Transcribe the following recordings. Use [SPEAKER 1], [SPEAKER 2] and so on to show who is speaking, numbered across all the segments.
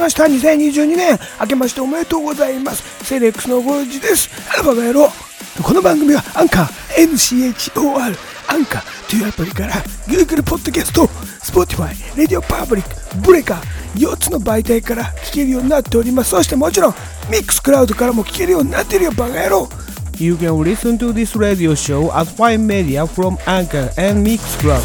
[SPEAKER 1] ました2022年明けましておめでとうございますセイレックスのゴージですアルバがやろうこの番組はアンカー NCHOR アンカーというアプリから Google ポッドキャスト Spotify Radio Public ブレカ4つの媒体から聞けるようになっておりますそしてもちろん MixCloud からも聞けるようになってるよバカ野郎
[SPEAKER 2] You can listen to this radio show at Fine Media from Anchor and Mixcloud.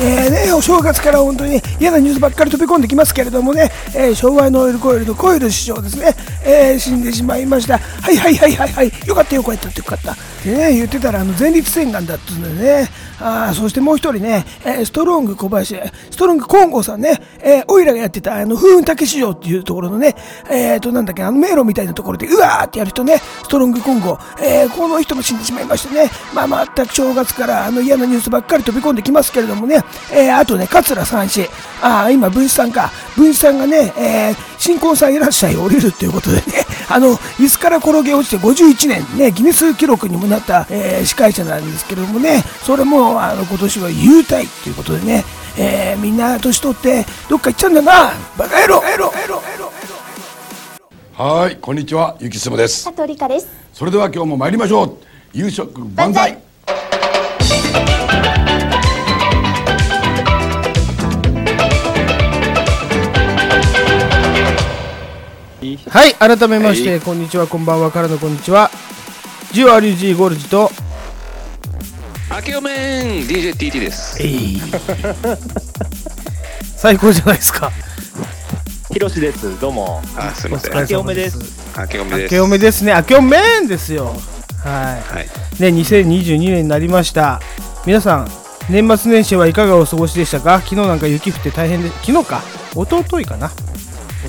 [SPEAKER 1] えーね、お正月から本当に嫌なニュースばっかり飛び込んできますけれどもね、えー昭和のオイルコイルのコイル師匠ですね、えー死んでしまいました。はいはいはいはいはい、よかったよかったよかった。でね、言ってたらあの前立腺がんだったんだよね。あーそしてもう一人ね、えーストロング小林、ストロング金剛さんね、えー、オイラがやってたあの風雲竹市場っていうところのね、えーとなんだっけ、あの迷路みたいなところでうわーってやる人ね、ストロング金剛、えーこの人も死んでしまいましてね、まあ全く正月からあの嫌なニュースばっかり飛び込んできますけれどもね、えーあとね、桂三枝、あー今、文枝さんか、文枝さんがね、えー新婚さんいらっしゃい降りるということでね、 あの椅子から転げ落ちて51年、ね、ギネス記録にもなった、えー司会者なんですけれどもね、それもあの今年は優待ということでね、えーみんな年取って、どっか行っちゃうんだな、バカ野郎、エロエロエロ
[SPEAKER 3] はーい、こんにちは、ゆきすもです。
[SPEAKER 4] 佐藤理香です
[SPEAKER 3] それでは今日も参りましょう。夕食万歳。
[SPEAKER 2] はい、改めまして、こんにちは、こんばんはからのこんにちは。GRUG ゴルジと、
[SPEAKER 5] 明けおめん DJTT です
[SPEAKER 2] 最高じゃないですか。
[SPEAKER 6] ひろしです。どうも。
[SPEAKER 5] あすいません
[SPEAKER 6] 明けおめです。
[SPEAKER 5] 明けおめ
[SPEAKER 2] 明
[SPEAKER 5] です
[SPEAKER 2] けおめですね。明けおめんですよ。は
[SPEAKER 5] はい
[SPEAKER 2] い。ね、2022年になりました。皆さん、年末年始はいかがお過ごしでしたか昨日なんか雪降って大変で、昨日か一昨日かな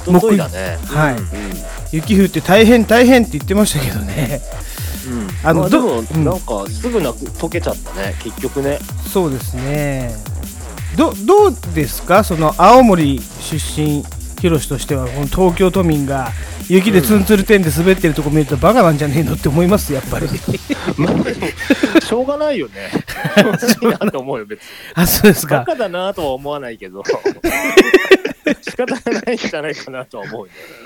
[SPEAKER 6] おとといだね。
[SPEAKER 2] はい、雪降って大変大変って言ってましたけどね、
[SPEAKER 6] あ
[SPEAKER 2] あ
[SPEAKER 6] の、
[SPEAKER 2] の
[SPEAKER 6] で
[SPEAKER 2] ど
[SPEAKER 6] も、
[SPEAKER 2] うん
[SPEAKER 6] なんか、すぐなく、溶けちゃったね。結 局ね。
[SPEAKER 2] そうですねどどうですかその青森出身ひろしとしてはこの東京都民が雪でツンツルテンで滑ってるとこ見るとバカなんじゃねえのって思いますやっ ぱり
[SPEAKER 6] しょうがないよね。しょうがないと思うよ、別に。
[SPEAKER 2] あそうです
[SPEAKER 6] バ
[SPEAKER 2] か
[SPEAKER 6] カだなとは思わないけ ど。仕方がないんじゃないかなとは思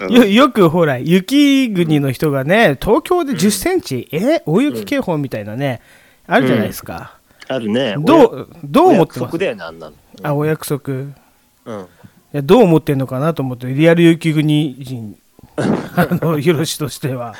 [SPEAKER 6] うよ。
[SPEAKER 2] よよくほら雪国の人がね東京で1 0センチ、え大雪警報みたいなね、あるじゃないですか、
[SPEAKER 6] あるね。
[SPEAKER 2] どうどう思ってま
[SPEAKER 6] お約束
[SPEAKER 2] す
[SPEAKER 6] だよね、あんなの。
[SPEAKER 2] あお約束
[SPEAKER 6] うん。
[SPEAKER 2] いやどう思ってんのかなと思ってリアル雪国人 あのヒロシとしては、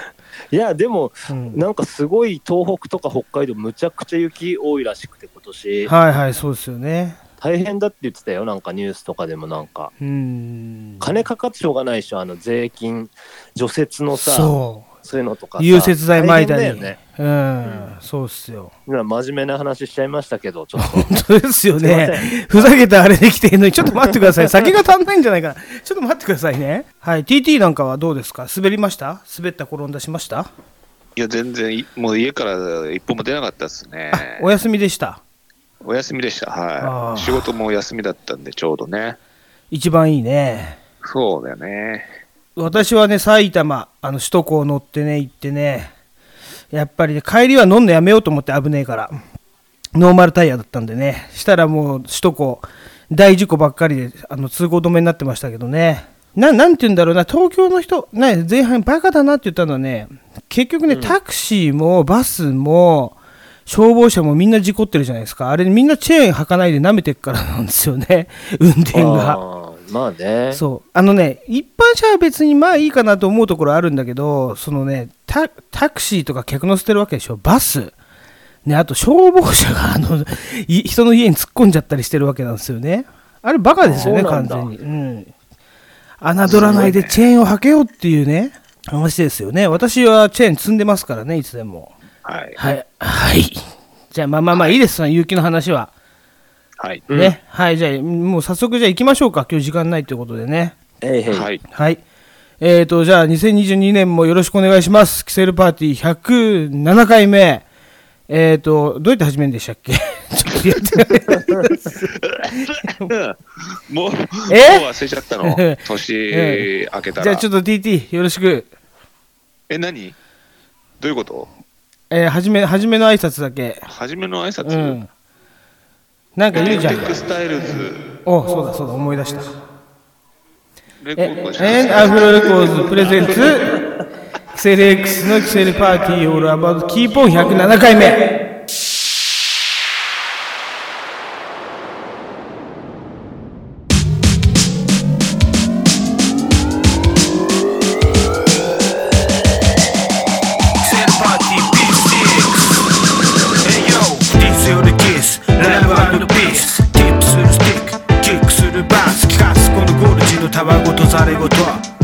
[SPEAKER 6] いや、でも、
[SPEAKER 2] うん
[SPEAKER 6] なんかすごい東北とか北海道、むちゃくちゃ雪多いらしくて、今年。
[SPEAKER 2] はいはいそうですよね
[SPEAKER 6] 大変だって言ってたよ、なんかニュースとかでもなんか。
[SPEAKER 2] うん
[SPEAKER 6] 金かかってしょうがないでしょ、あの税金、除雪のさ、そう
[SPEAKER 2] そ
[SPEAKER 6] いうのとか
[SPEAKER 2] う
[SPEAKER 6] さ。
[SPEAKER 2] 融雪剤まいた
[SPEAKER 6] 大
[SPEAKER 2] り
[SPEAKER 6] 変だよね。
[SPEAKER 2] うん、そうっすよ
[SPEAKER 6] 今、真面目な話しちゃいましたけど、ちょっ と。
[SPEAKER 2] 本当ですよ
[SPEAKER 6] すいま
[SPEAKER 2] ねふざけたあれできてんのにちょっと待ってくださ い先が足んないんじゃないかなちょっと待ってくださいねはい TT なんかはどうですか滑りました滑った転んだしました、
[SPEAKER 5] いや全然いもう家から一歩も出なかったですね
[SPEAKER 2] あお休みでした
[SPEAKER 5] お休みでした
[SPEAKER 2] あ
[SPEAKER 5] は
[SPEAKER 2] ー
[SPEAKER 5] い仕事もお休みだったんでちょうどね
[SPEAKER 2] 一番いいね
[SPEAKER 5] そうだよね
[SPEAKER 2] 私はね、埼玉、あの首都高乗ってね、行ってね、やっぱりね、帰りは乗んのやめようと思って危ねえから、ノーマルタイヤだったんでね、したらもう首都高、大事故ばっかりで、あの通行止めになってましたけどね、ななんて言うんだろうな、東京の人、ね、前半、バカだなって言ったのはね、結局ね、タクシーもバスも、消防車もみんな事故ってるじゃないですか、あれ、みんなチェーン履かないで舐めてっからなんですよね、運転が。
[SPEAKER 6] あーまあね。
[SPEAKER 2] そうあのね一般車は別にまあいいかなと思うところあるんだけどそのねタタクシーとか客乗せてるわけでしょバスねあと消防車があのい人の家に突っ込んじゃったりしてるわけなんですよねあれバカですよね
[SPEAKER 6] そうな
[SPEAKER 2] 完
[SPEAKER 6] んだ
[SPEAKER 2] 全にうん侮らないでチェーンをはけようっていうね話ですよね私はチェーン積んでますからねいつでも
[SPEAKER 5] はい
[SPEAKER 2] はいはいじゃあまあまあまあいいですその有機の話は
[SPEAKER 5] はい
[SPEAKER 2] ね、はいじゃあもう早速じゃあ行きましょうか今日時間ないということでね
[SPEAKER 6] えいへい。
[SPEAKER 5] はい
[SPEAKER 2] はい。えーと、じゃあ、2022年もよろしくお願いします。キセルパーティー107回目。えっ、と、どうやって始めるんでしたっけ ちょっとやってない
[SPEAKER 5] うんもう、もう
[SPEAKER 2] え
[SPEAKER 5] 忘れちゃったの
[SPEAKER 2] え。
[SPEAKER 5] 年明けたら。
[SPEAKER 2] じゃあちょっと TT よろしく、
[SPEAKER 5] え、何どういうこと
[SPEAKER 2] えー、初め初めの挨拶だけ
[SPEAKER 5] 初めの挨拶、
[SPEAKER 2] う
[SPEAKER 5] うん
[SPEAKER 2] なんか言うじゃん
[SPEAKER 5] レックスタイルズ、
[SPEAKER 2] おそうだそうだ思い出した
[SPEAKER 5] レコ
[SPEAKER 2] え
[SPEAKER 5] ードじゃない
[SPEAKER 2] えアフロレコーズプレゼンツキセル X のキセルパーティーオールアバウトキーポン107回目
[SPEAKER 1] たわごとざれごと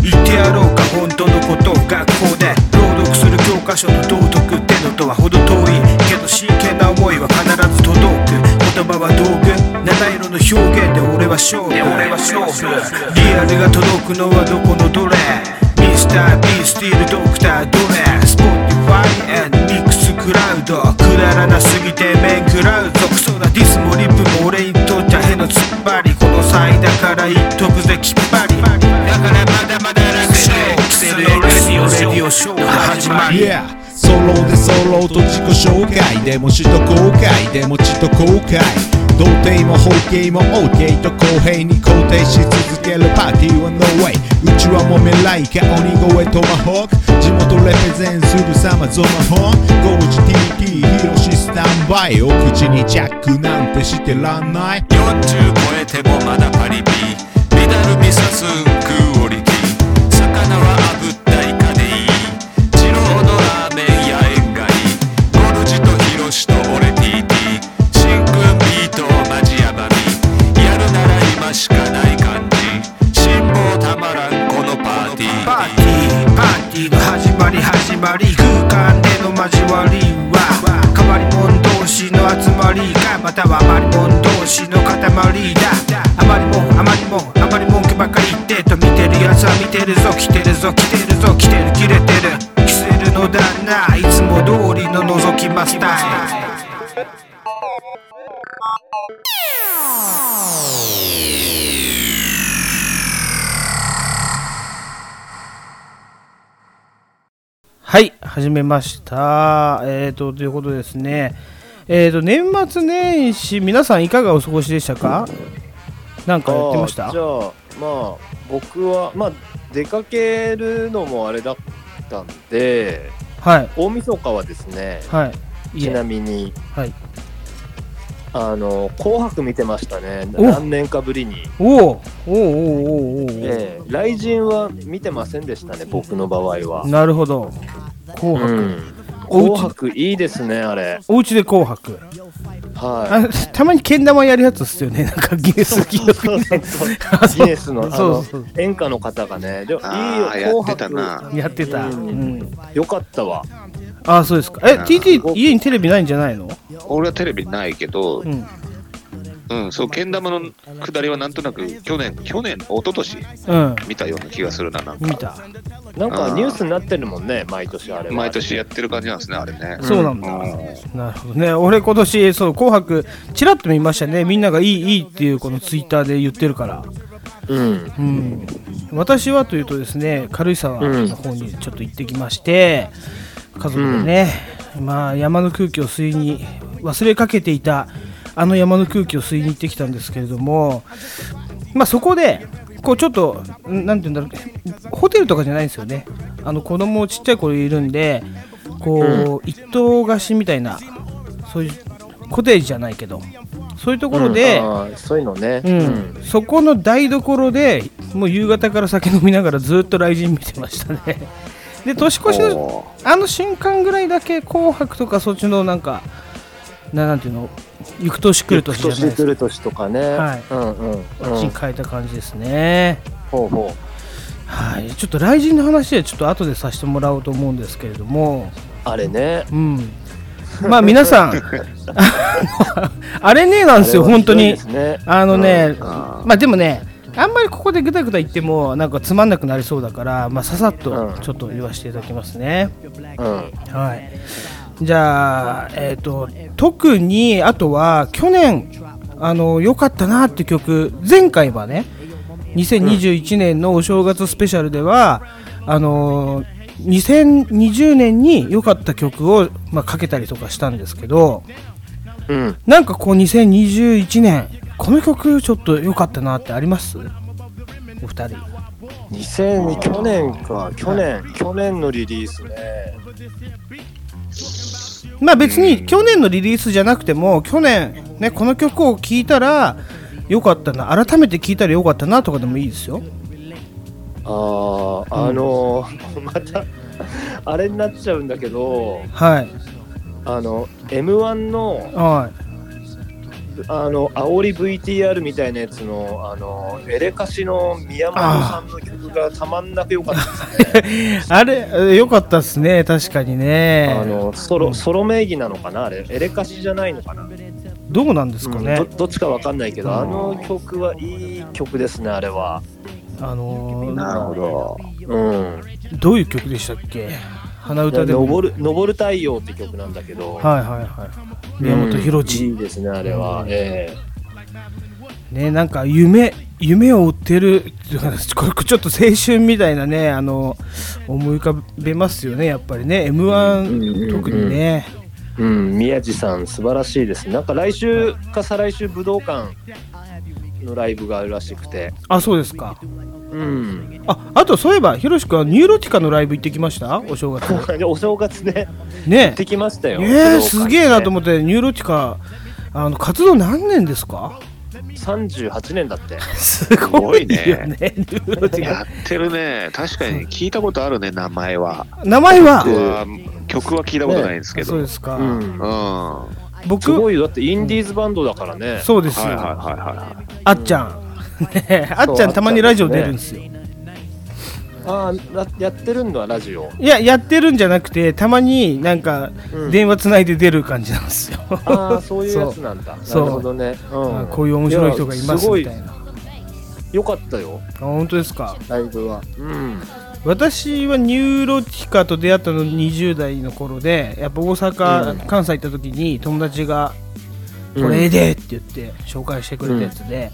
[SPEAKER 1] 言ってやろうか本当のことを学校で朗読する教科書の道徳ってのとは程遠いけど真剣な思いは必ず届く言葉は道具七色の表現で俺は勝負俺は勝負リアルが届くのはどこのどれミスター・ビースティール・ドクター・ドレスポッティファイミックスクラウドくだらなすぎて面食らうぞクソなディスもリップも俺にとっちゃへの突っ張りこの際だから言っとくぜきっぱりだからまだまだ楽勝クセル X のレディオショーの始まり
[SPEAKER 7] Yeah ソロでソロと自己紹介でも首都公開でもちと公開童貞も方形も OK と公平に肯定し続けるパーティーは No way うちはもめライカ鬼越トマホーク地元レペゼンするさまゾマホンゴージ TT ヒロシスタンバイお口にジャックなんてしてらんない
[SPEAKER 8] 40超えてもまだパリピメダルミサスンクオリティ魚は炙ったイカでいい二郎のラーメンや宴会ゴルジとヒロシと俺 TT 新君ビートマジヤバみやるなら今しかない感じ辛抱たまらんこのパーティー
[SPEAKER 1] パーティーパーティーの始まり始まり空間での交わりは変わり者同士の集まりかまたは余り者同士の塊だ余り者余り者余り文句ばかり言ってと見てるやつは見てるぞ来てるぞ来てるぞ来てる切れてる着せるのだないつも通りの覗きマスター
[SPEAKER 2] はい始めましたえっ、とということですねえっ、と年末年始皆さん いかがお過ごしでしたかなんかやってました
[SPEAKER 6] あーじゃあまあ僕はまあ出かけるのもあれだったんで
[SPEAKER 2] はい
[SPEAKER 6] 大晦日はですね
[SPEAKER 2] はい
[SPEAKER 6] ち
[SPEAKER 2] いえ
[SPEAKER 6] なみに、
[SPEAKER 2] はい
[SPEAKER 6] あの「紅白」見てましたね
[SPEAKER 2] お
[SPEAKER 6] 何年かぶりに、
[SPEAKER 2] おうおうおうおうおうおう
[SPEAKER 6] ええ雷神は見てませんでしたね僕の場合は、
[SPEAKER 2] なるほど紅
[SPEAKER 6] う
[SPEAKER 2] 白、
[SPEAKER 6] ん、
[SPEAKER 2] おうち
[SPEAKER 6] 紅白いいですねあれ
[SPEAKER 2] おうちで紅白
[SPEAKER 6] は
[SPEAKER 2] あたまにけん玉やるやつっすよねなんかギネス 記録みたいなあ
[SPEAKER 6] いギネスのあ
[SPEAKER 2] そ
[SPEAKER 6] の
[SPEAKER 2] うそう
[SPEAKER 6] 演歌の方がねでもいい
[SPEAKER 5] ああ、や
[SPEAKER 6] よ
[SPEAKER 5] っ
[SPEAKER 6] 紅
[SPEAKER 5] てた
[SPEAKER 6] 白
[SPEAKER 5] な。
[SPEAKER 2] やってた、うん、
[SPEAKER 6] よかったわ
[SPEAKER 2] あそうですかえ TT 家にテレビないんじゃないの
[SPEAKER 5] 俺はテレビないけど、
[SPEAKER 2] う
[SPEAKER 5] うんん、そう、けん玉の下りはなんとなく、去年、去年、一昨年
[SPEAKER 2] うん
[SPEAKER 5] 見たような気がするな、なんか。
[SPEAKER 2] 見た
[SPEAKER 6] なんかニュースになってるもんね毎年あれは
[SPEAKER 5] 毎年やってる感じなんですね、あれね。
[SPEAKER 2] そうなんだ、
[SPEAKER 5] うん
[SPEAKER 2] なるほどね俺今年そう紅白ちらっと見ましたねみんながいいいいっていうこのツイッターで言ってるから
[SPEAKER 6] うん
[SPEAKER 2] うん、私はというとですね軽井沢の方にちょっと行ってきまして、家族でね、まあ、山の空気を吸いに忘れかけていたあの山の空気を吸いに行ってきたんですけれども、まあ、そこでこうちょっとんなんて言うんだろうホテルとかじゃないんですよねあの子供ちっちゃい子いるんでこう、一棟貸しみたいなそういうコテージじゃないけどそういうところで。
[SPEAKER 6] うんあーそういうのね
[SPEAKER 2] うん、そこの台所でもう夕方から酒飲みながらずっと雷神見てました ねで年越し
[SPEAKER 5] お
[SPEAKER 2] のあの瞬間ぐらいだけ「紅白」とかそっちのなんかななんていうの行く年来る年じゃない
[SPEAKER 6] 年
[SPEAKER 2] です
[SPEAKER 6] 来
[SPEAKER 2] か
[SPEAKER 6] る年とかね、
[SPEAKER 2] はい
[SPEAKER 6] うんうんうん
[SPEAKER 2] こっちに変えた感じですね、
[SPEAKER 6] ほうほう
[SPEAKER 2] はい、ちょっと雷神の話はちょっと後でさせてもらおうと思うんですけれども
[SPEAKER 6] あれね
[SPEAKER 2] うんまあ皆さんあのあれねなんですよ本当
[SPEAKER 6] あれ
[SPEAKER 2] に
[SPEAKER 6] はひどいですね
[SPEAKER 2] あのね、まあでもね、あんまりここでぐだぐだ言っても、なんかつまんなくなりそうだから、まあ、ささっと
[SPEAKER 6] うん
[SPEAKER 2] ちょっと言わせていただきますね。
[SPEAKER 6] うん
[SPEAKER 2] はい
[SPEAKER 1] じゃあ、えっと特にあとは去年あの良かったなって曲前回はね2021年のお正月スペシャルでは、あの2020年に良かった曲を、まあ、かけたりとかしたんですけど、
[SPEAKER 6] うん。
[SPEAKER 1] なんかこう2021年この曲ちょっと良かったなってありますお二人
[SPEAKER 6] 2002、去年か、去年、去年のリリースね。
[SPEAKER 1] まあ別に去年のリリースじゃなくても去年ねこの曲を聴いたら良かったな改めて聴いたら良かったなとかでもいいですよ
[SPEAKER 6] ああ、あのーまた、あれになっちゃうんだけど、
[SPEAKER 1] はい
[SPEAKER 6] あの、M1 の、
[SPEAKER 1] はい
[SPEAKER 6] あの、煽り VTR みたいなやつの、あの、エレカシの宮本さんの曲がたまんなく良かったですね。
[SPEAKER 1] あれえ良かったっすね確かにね
[SPEAKER 6] あのソロソロ名義なのかなあれエレカシじゃないのかな、
[SPEAKER 1] どうなんですかね、
[SPEAKER 6] どどっちかわかんないけど、あの曲はいい曲ですねあれは
[SPEAKER 1] あのー
[SPEAKER 6] るほどうん
[SPEAKER 1] どういう曲でしたっけ鼻
[SPEAKER 6] 「
[SPEAKER 1] 歌でも
[SPEAKER 6] 登る登る太陽」って曲なんだけど、
[SPEAKER 1] はいはいはい宮本浩次、
[SPEAKER 6] いいですねあれは、え
[SPEAKER 1] ね、なんか夢夢を追ってる っていうかこれちょっと青春みたいなねあの思い浮かべますよねやっぱりね m
[SPEAKER 6] うんうん
[SPEAKER 1] 1特にね
[SPEAKER 6] えうん宮地さん素晴らしいですなんか来週か再来週武道館のライブがあるらしくて
[SPEAKER 1] あそうですか
[SPEAKER 6] うん
[SPEAKER 1] ああとそういえばひろしくんはニューロティカのライブ行ってきましたお正月
[SPEAKER 6] でお正月ね行
[SPEAKER 1] ね
[SPEAKER 6] ってきましたよ
[SPEAKER 1] えー、すげえなと思
[SPEAKER 6] 思
[SPEAKER 1] ってニューロティカあの活動何年ですか
[SPEAKER 6] 38年だって
[SPEAKER 1] すごいよね
[SPEAKER 5] すごいね
[SPEAKER 1] ニューロティ
[SPEAKER 5] やってるね確かに聞いたことあるね名前は
[SPEAKER 1] カ名前は
[SPEAKER 5] 僕は曲は聞いたことないんですけ
[SPEAKER 1] そ
[SPEAKER 5] ど、
[SPEAKER 1] うですか、
[SPEAKER 6] うん
[SPEAKER 5] うんはい
[SPEAKER 6] す
[SPEAKER 1] 僕
[SPEAKER 6] ごいよだってインディーズバンドだからね、
[SPEAKER 1] そうです
[SPEAKER 5] はい
[SPEAKER 1] よ、
[SPEAKER 5] はいは
[SPEAKER 1] あっちゃんねあっちゃんたまにラジオ出るんですよ
[SPEAKER 6] ああややってるんだラジオ
[SPEAKER 1] いや、やってるんじゃなくて、たまになんか
[SPEAKER 6] うん
[SPEAKER 1] 電話つないで出る感じなんですよ。
[SPEAKER 6] ああそういうやつなんだ
[SPEAKER 1] そう
[SPEAKER 6] なるほどね、うん
[SPEAKER 1] あこういう面白い人がいますみたい
[SPEAKER 6] やす
[SPEAKER 1] な。あ
[SPEAKER 6] ごいよかったよ
[SPEAKER 1] 本当ですか。
[SPEAKER 6] ライブはうん
[SPEAKER 1] 私はニューロティカと出会ったの20代の頃で、やっぱ大阪、
[SPEAKER 6] うん
[SPEAKER 1] 関西行った時に友達が、
[SPEAKER 6] うん
[SPEAKER 1] これでって言って紹介してくれたやつで、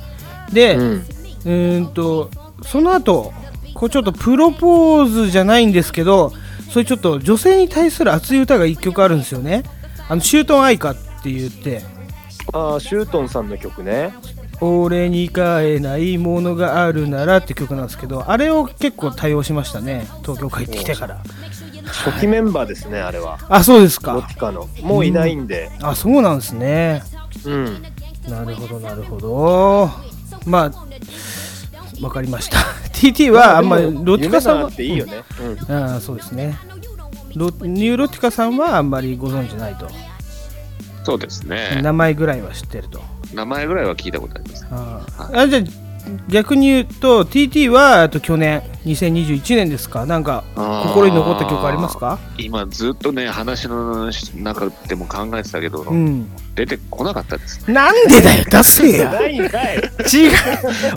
[SPEAKER 1] で、
[SPEAKER 6] う
[SPEAKER 1] うんーんと、その後、こうちょっとプロポーズじゃないんですけど、そういうちょっと女性に対する熱い歌が1曲あるんですよね。あの、シュートンアイカって言って、
[SPEAKER 6] ああシュートンさんの曲ね
[SPEAKER 1] 俺に買えないものがあるならって曲なんですけどあれを結構対応しましたね東京帰ってきてから
[SPEAKER 6] 初期メンバーですねあれは
[SPEAKER 1] あそうです
[SPEAKER 6] ロ
[SPEAKER 1] か
[SPEAKER 6] ティカのもういないんで
[SPEAKER 1] あそうなんですね
[SPEAKER 6] うん、
[SPEAKER 1] なるほどなるほどまあわかりました TT はあんまりロティカさん
[SPEAKER 6] 夢があ
[SPEAKER 1] は
[SPEAKER 6] っていいよね、うん
[SPEAKER 1] あそうですねロニューロティカさんはあんまりご存じないと
[SPEAKER 5] いそうですね
[SPEAKER 1] 名前ぐらいは知ってると
[SPEAKER 5] 名前ぐらいは聞いたことあります
[SPEAKER 1] ああじゃあ逆に言うと TT はあと去年2021年ですかなんか
[SPEAKER 5] あー
[SPEAKER 1] 心に残った曲ありますか
[SPEAKER 5] 今ずっとね話の中でも考えてたけど、
[SPEAKER 1] うん
[SPEAKER 5] 出てこなかったです
[SPEAKER 1] なんでだよ出せよ
[SPEAKER 6] ないんかい
[SPEAKER 1] 違う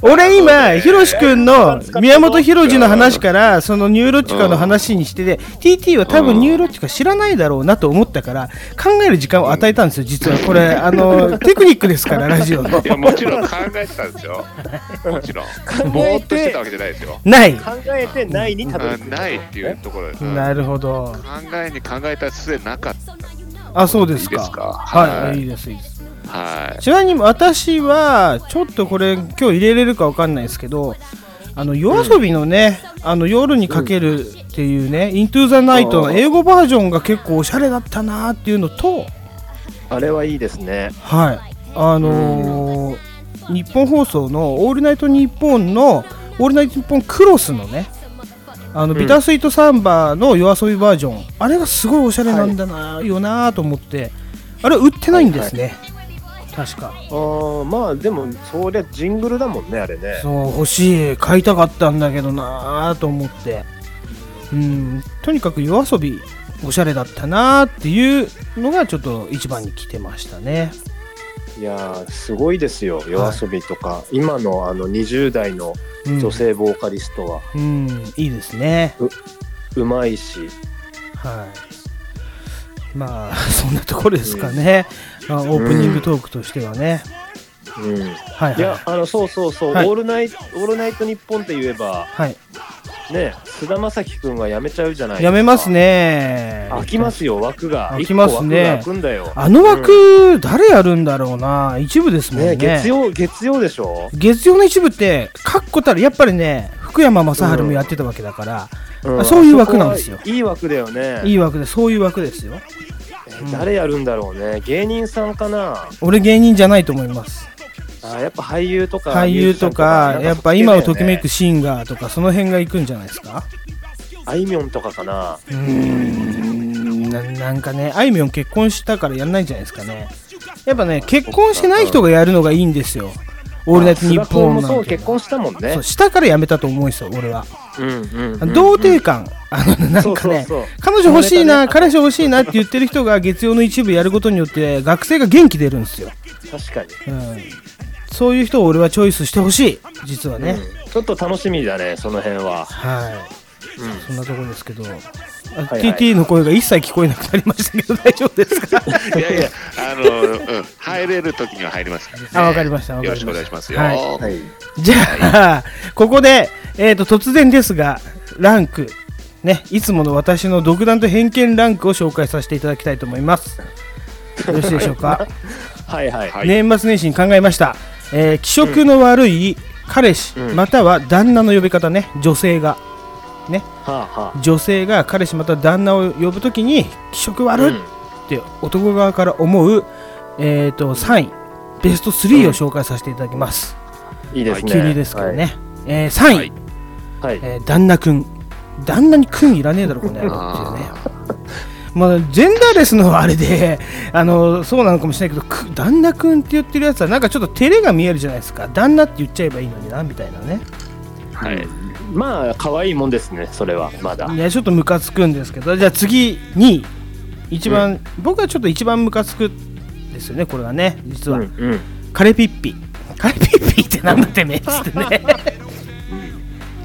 [SPEAKER 1] 俺今ひろしくんの宮本浩次の話からそのニューロティカの話にしてで TT は多分ニューロティカ知らないだろうなと思ったから考える時間を与えたんですよ実はこれあのテクニックですからラジオの
[SPEAKER 5] いやもちろん考えてたんですよもちろんぼーっとしてたわけじゃないですよ
[SPEAKER 1] ない
[SPEAKER 6] 考えてないにたどり
[SPEAKER 5] う
[SPEAKER 6] 着
[SPEAKER 5] ん
[SPEAKER 6] く
[SPEAKER 5] ないっていうところです、うん
[SPEAKER 1] なるほど
[SPEAKER 5] 考えに考えた末なかっ
[SPEAKER 1] あそうです
[SPEAKER 5] いい
[SPEAKER 1] か
[SPEAKER 5] ですか
[SPEAKER 1] は
[SPEAKER 5] はい
[SPEAKER 1] い
[SPEAKER 5] い
[SPEAKER 1] いですいいです
[SPEAKER 5] たはい
[SPEAKER 1] ちなみに私はちょっとこれ今日入れれるかわかんないですけどあの夜遊びのね、あの夜にかけるっていうね、イントゥーザナイトの英語バージョンが結構おしゃれだったなっていうのと、
[SPEAKER 6] あれはいいですね
[SPEAKER 1] はい、あのー日本放送のオールナイトニッポンのオールナイトニッポンクロスのね、あのビタースイートサンバの夜遊びバージョン、あれがすごいおしゃれなんだな、よなと思って、あれ売ってないんですね、確か。
[SPEAKER 6] あーまあでもそりゃジングルだもんねあれね
[SPEAKER 1] そう欲しい買いたかったんだけどなぁと思ってうんとにかく夜遊びおしゃれだったなぁっていうのがちょっと一番に来てましたね
[SPEAKER 6] いやーすごいですよ夜遊びとか、今のあの20代の
[SPEAKER 1] うん
[SPEAKER 6] 女性ボーカリストは
[SPEAKER 1] うんいいですね
[SPEAKER 6] うまいし
[SPEAKER 1] はまあ そんなところですかね、まあオープニングトークとしてはね、
[SPEAKER 6] うん、い
[SPEAKER 1] はいは
[SPEAKER 6] や
[SPEAKER 1] い
[SPEAKER 6] あのそうそうそう、
[SPEAKER 1] はい
[SPEAKER 6] オールナイト「オールナイトニッポン」って言えば
[SPEAKER 1] はい
[SPEAKER 6] ね菅田将暉君は辞めちゃうじゃない
[SPEAKER 1] やめますね
[SPEAKER 6] 飽きますよ枠が
[SPEAKER 1] 飽きますね
[SPEAKER 6] 一個枠が空くんだよ
[SPEAKER 1] あの枠誰やるんだろうな一部ですもん
[SPEAKER 6] ね
[SPEAKER 1] ね
[SPEAKER 6] 月曜月曜でしょ、
[SPEAKER 1] 月曜の一部って確固たるやっぱりね福山雅治もやってたわけだから、
[SPEAKER 6] うん
[SPEAKER 1] あそういう枠なんですよ
[SPEAKER 6] あそこはいい枠だよね
[SPEAKER 1] いい枠でそういう枠ですよ
[SPEAKER 6] 誰やるんだろうね芸人さんかな
[SPEAKER 1] 俺芸人じゃないと思います
[SPEAKER 6] あやっぱ俳優とか
[SPEAKER 1] 俳優とかやっぱ今をときめくシンガーとかその辺が行くんじゃないですか
[SPEAKER 6] あいみょんとかかな
[SPEAKER 1] うーんななんかねあいみょん結婚したからやんないんじゃないですかねやっぱね結婚してない人がやるのがいいんですよ「オールナイトニッポン」
[SPEAKER 6] も
[SPEAKER 1] な
[SPEAKER 6] そ
[SPEAKER 1] ん
[SPEAKER 6] う
[SPEAKER 1] て
[SPEAKER 6] 結婚したもんね
[SPEAKER 1] そうしたからやめたと思うんですよ俺は
[SPEAKER 6] うんうんうん
[SPEAKER 1] 童貞感、あのなんかね
[SPEAKER 6] そうそうそう
[SPEAKER 1] 彼女欲しいな、
[SPEAKER 6] こ
[SPEAKER 1] 彼氏欲しいなって言ってる人が月曜の一部やることによって学生が元気出るんですよ、
[SPEAKER 6] 確かに
[SPEAKER 1] うん、そういう人を俺はチョイスしてほしい実はね、
[SPEAKER 6] うんちょっと楽しみだねその辺は
[SPEAKER 1] はい、そんなところですけど、あ
[SPEAKER 6] はい
[SPEAKER 1] TT の声が一切聞こえなくなりましたけど大丈夫ですか
[SPEAKER 5] いやいや、あの、うん、入れる時には入りますからね、
[SPEAKER 1] あわかりましたわかり
[SPEAKER 5] よ
[SPEAKER 1] ま
[SPEAKER 5] ろ
[SPEAKER 1] し
[SPEAKER 5] したくお願いしますよ。
[SPEAKER 1] はい
[SPEAKER 5] はい
[SPEAKER 1] じゃあここで、えー、と突然ですがランクね、いつもの私の独断と偏見ランクを紹介させていただきたいと思います。よろしいでしょうか。
[SPEAKER 6] はいはい
[SPEAKER 5] はい
[SPEAKER 1] 年末年始に考えました、えー気色の悪い彼氏、
[SPEAKER 6] うん
[SPEAKER 1] または旦那の呼び方ね女性が
[SPEAKER 6] はあは
[SPEAKER 1] 女性が彼氏または旦那を呼ぶときに気色悪
[SPEAKER 6] うん
[SPEAKER 1] って男側から思う、えー、と3位ベスト3を紹介させていただきます、
[SPEAKER 6] いいですね
[SPEAKER 1] 急にですけどね、え3位、
[SPEAKER 5] はい
[SPEAKER 6] はいはい
[SPEAKER 1] えー旦那くん旦那にくんいらねえだろこの野郎っていうねまあ、ジェンダーレスのあれであのそうなのかもしれないけどく旦那くんって言ってるやつはなんかちょっと照れが見えるじゃないですか旦那って言っちゃえばいいのになみたいなね
[SPEAKER 5] はい。
[SPEAKER 6] まあ可愛いもんですねそれはまだ
[SPEAKER 1] いやちょっとムカつくんですけどじゃあ次に一番、僕はちょっと一番ムカつくですよねこれはね実
[SPEAKER 6] う
[SPEAKER 1] は、
[SPEAKER 6] んうん
[SPEAKER 1] カレピッピカレピッピってなんだてめえっつってね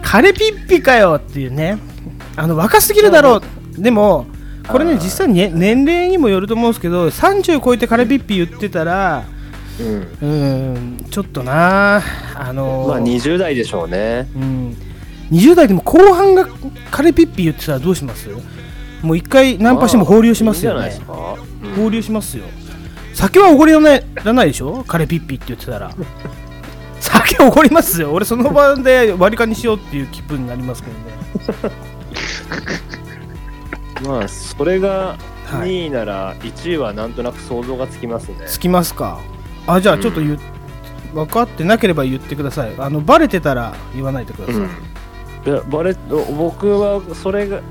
[SPEAKER 1] カレピッピかよっていうねあの若すぎるだろうでもこれね実際にね年齢にもよると思うんですけど30超えてカレピッピ言ってたら
[SPEAKER 6] うん
[SPEAKER 1] うーんちょっとなあの
[SPEAKER 6] まあ20代でしょうね
[SPEAKER 1] うん、20代でも後半がカレピッピ言ってたらどうしますもう一回ナンパしても放流しますよ
[SPEAKER 6] いい
[SPEAKER 1] ね
[SPEAKER 6] んじゃないですか
[SPEAKER 1] 放流しますよ酒はおごりらないらないでしょカレピッピって言って たら酒おごりますよ俺その場で割り勘にしようっていう気分になりますけどね
[SPEAKER 6] まあそれが
[SPEAKER 1] はい
[SPEAKER 6] 2位なら1位はなんとなく想像がつきますね、
[SPEAKER 1] つきますかあじゃあちょっと言う、分かってなければ言ってくださいあのバレてたら言わないでください、
[SPEAKER 6] いやバレ僕はそれが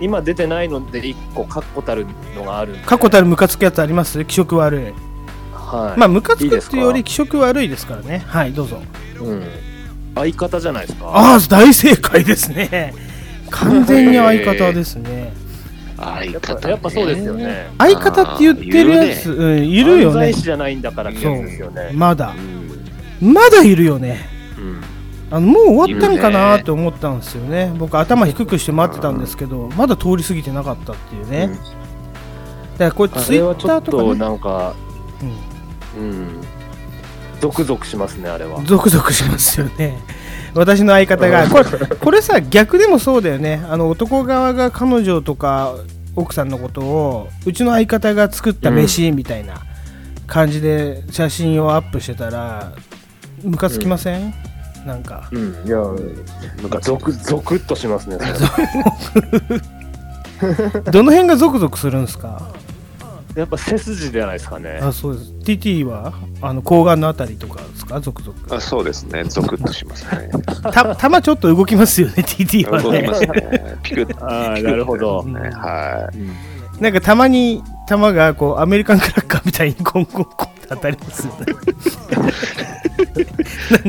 [SPEAKER 6] 今出てないので1個確固たるのがあるんで
[SPEAKER 1] 過去たるムカつくやつあります気色悪い、
[SPEAKER 6] はい、
[SPEAKER 1] まあムカつくっていうよ
[SPEAKER 6] い
[SPEAKER 1] り
[SPEAKER 6] い
[SPEAKER 1] 気色悪いですからねはいどうぞ
[SPEAKER 6] うん、相方じゃないですか
[SPEAKER 1] ああ大正解ですね完全に相方ですね
[SPEAKER 5] 相
[SPEAKER 6] やっ
[SPEAKER 5] 方、
[SPEAKER 6] ぱ
[SPEAKER 5] ね。
[SPEAKER 6] やっぱそうですよね
[SPEAKER 1] 相方って言ってるやつ、うん、いるよ
[SPEAKER 6] 犯
[SPEAKER 1] ね
[SPEAKER 6] 罪師じゃないんだからってやつですよね
[SPEAKER 1] まだ
[SPEAKER 5] うん。
[SPEAKER 1] まだいるよね
[SPEAKER 5] うん
[SPEAKER 1] あのもう終わったんかなって思ったんですよね僕頭低くして待ってたんですけどまだ通り過ぎてなかったっていうね、
[SPEAKER 5] うん
[SPEAKER 1] だからこれ
[SPEAKER 6] あ
[SPEAKER 1] ツイ
[SPEAKER 6] れは
[SPEAKER 1] ッ
[SPEAKER 6] ちょ
[SPEAKER 1] ター
[SPEAKER 6] っ
[SPEAKER 1] とか、
[SPEAKER 6] と
[SPEAKER 1] ね
[SPEAKER 6] なんか
[SPEAKER 1] うん
[SPEAKER 6] うんゾクゾクしますねあれは
[SPEAKER 1] ゾクゾクしますよね。私の相方がこれこれさ逆でもそうだよねあの男側が彼女とか奥さんのことをうちの相方が作った飯みたいな感じで写真をアップしてたらムカつきません、なんか
[SPEAKER 6] うんいやなんかゾクゾクっとしますねそれ
[SPEAKER 1] どの辺がゾクゾクするんですか
[SPEAKER 6] やっぱ背筋じゃないですかね
[SPEAKER 1] あそうです TT はあの睾丸のあたりとかですかゾクゾク
[SPEAKER 5] あそうですね。ゾクッとします ね。
[SPEAKER 1] た玉ちょっと動きますよね TT は
[SPEAKER 5] 動き
[SPEAKER 1] ね
[SPEAKER 5] ますね。ピク ッと
[SPEAKER 6] ああなるほど
[SPEAKER 5] ね。はい。
[SPEAKER 1] なんかたまに弾がこうアメリカンクラッカーみたいにコンコンコンって当たりますよね。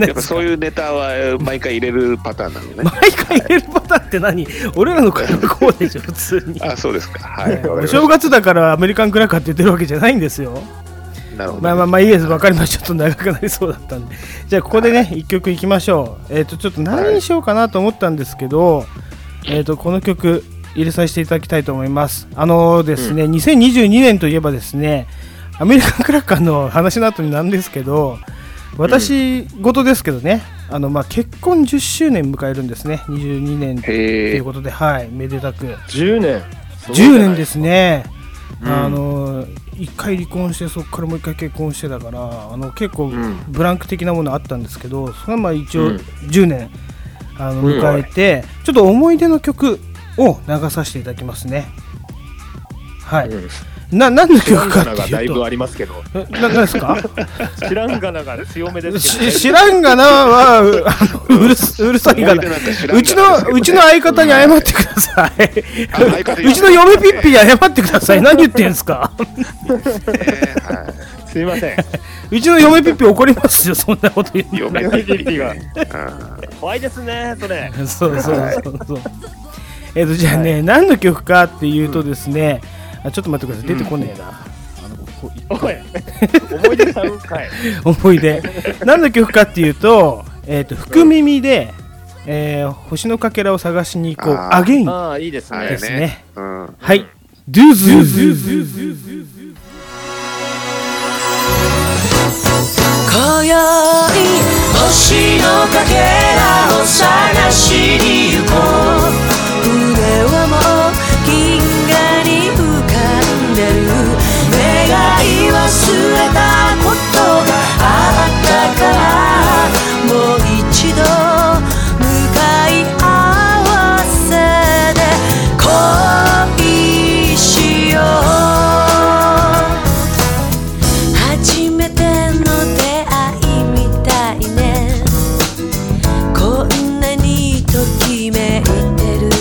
[SPEAKER 5] やっぱそういうネタはえー毎回入れるパターンなのね。
[SPEAKER 1] 毎回入れるパターンって何俺らの会話こうでしょ、普通に。
[SPEAKER 5] あそうですか。はい。わかり
[SPEAKER 1] お
[SPEAKER 5] ました
[SPEAKER 1] 正月だからアメリカンクラッカーって言ってるわけじゃないんですよ。
[SPEAKER 5] なるほ
[SPEAKER 1] まあ
[SPEAKER 5] ど。
[SPEAKER 1] まあまあいいです、わかりました。ちょっと長くなりそうだったんで。じゃあここでね、一曲いきましょう。えっ、と、ちょっと何にしようかなと思ったんですけど、えっ、と、この曲、入れさせていただきたいと思います。あのですね、2022年といえばですね、アメリカンクラッカーの話の後になんですけど、私事ですけどね、あのまあ結婚10周年迎えるんですね、22年と
[SPEAKER 5] へ
[SPEAKER 1] い
[SPEAKER 5] え
[SPEAKER 1] うことで、はい、めでたく。
[SPEAKER 6] 10年
[SPEAKER 1] 10年ですね、
[SPEAKER 6] うん
[SPEAKER 1] あの1回離婚してそこからもう1回結婚してだからあの結構
[SPEAKER 6] ん
[SPEAKER 1] ブランク的なものあったんですけどそれはまあ一
[SPEAKER 6] う
[SPEAKER 1] 応
[SPEAKER 6] ん
[SPEAKER 1] 10年あの迎えてちょっと思い出の曲を流させていただきますねはい
[SPEAKER 6] うん
[SPEAKER 1] な何の
[SPEAKER 6] 知ら
[SPEAKER 1] 曲
[SPEAKER 6] ん
[SPEAKER 1] か
[SPEAKER 6] が
[SPEAKER 1] っ
[SPEAKER 6] なが
[SPEAKER 1] て
[SPEAKER 6] だ
[SPEAKER 1] い
[SPEAKER 6] いうぶ
[SPEAKER 1] と
[SPEAKER 6] ありますけど
[SPEAKER 1] えな何ですか
[SPEAKER 6] 知らんがなが強めですけど
[SPEAKER 1] し 知らんがなはあのうるすうるさいが
[SPEAKER 5] 思い
[SPEAKER 1] な
[SPEAKER 5] 出なんか知らんがな
[SPEAKER 1] うちの
[SPEAKER 5] ですけどね
[SPEAKER 1] うちの相方に謝ってください
[SPEAKER 5] あ相方に
[SPEAKER 1] うちの嫁ピッピに謝ってください。何言ってんすか
[SPEAKER 5] えーは
[SPEAKER 6] すいません
[SPEAKER 1] うちの嫁ピッピ怒りますよ、そんなこと言
[SPEAKER 5] い。
[SPEAKER 1] う
[SPEAKER 5] 嫁
[SPEAKER 6] 嫁ピッピが怖いですね それ
[SPEAKER 1] の。そうそうそうそう。えっと、じゃあね、何の曲かっていうとですね、あちょっと待ってください、出てこねえな。
[SPEAKER 6] おい思い出さうんかい
[SPEAKER 1] 思い 出。何の曲かっていうと、えっと、福耳で、えー星のかけらを探しに行こう、
[SPEAKER 5] あー
[SPEAKER 1] アゲイン
[SPEAKER 6] ああいいです
[SPEAKER 5] あ
[SPEAKER 6] ね
[SPEAKER 1] で
[SPEAKER 5] れ
[SPEAKER 1] す
[SPEAKER 5] ね
[SPEAKER 1] ね。
[SPEAKER 5] うん。
[SPEAKER 1] はい。ドゥズーズ。
[SPEAKER 9] 今宵星のかけらを探しに行こう船はもう銀河に浮かんでる願い忘れたことがあったからもう一度向かい合わせで恋しよう初めての出会いみたいねこんなにときめいてる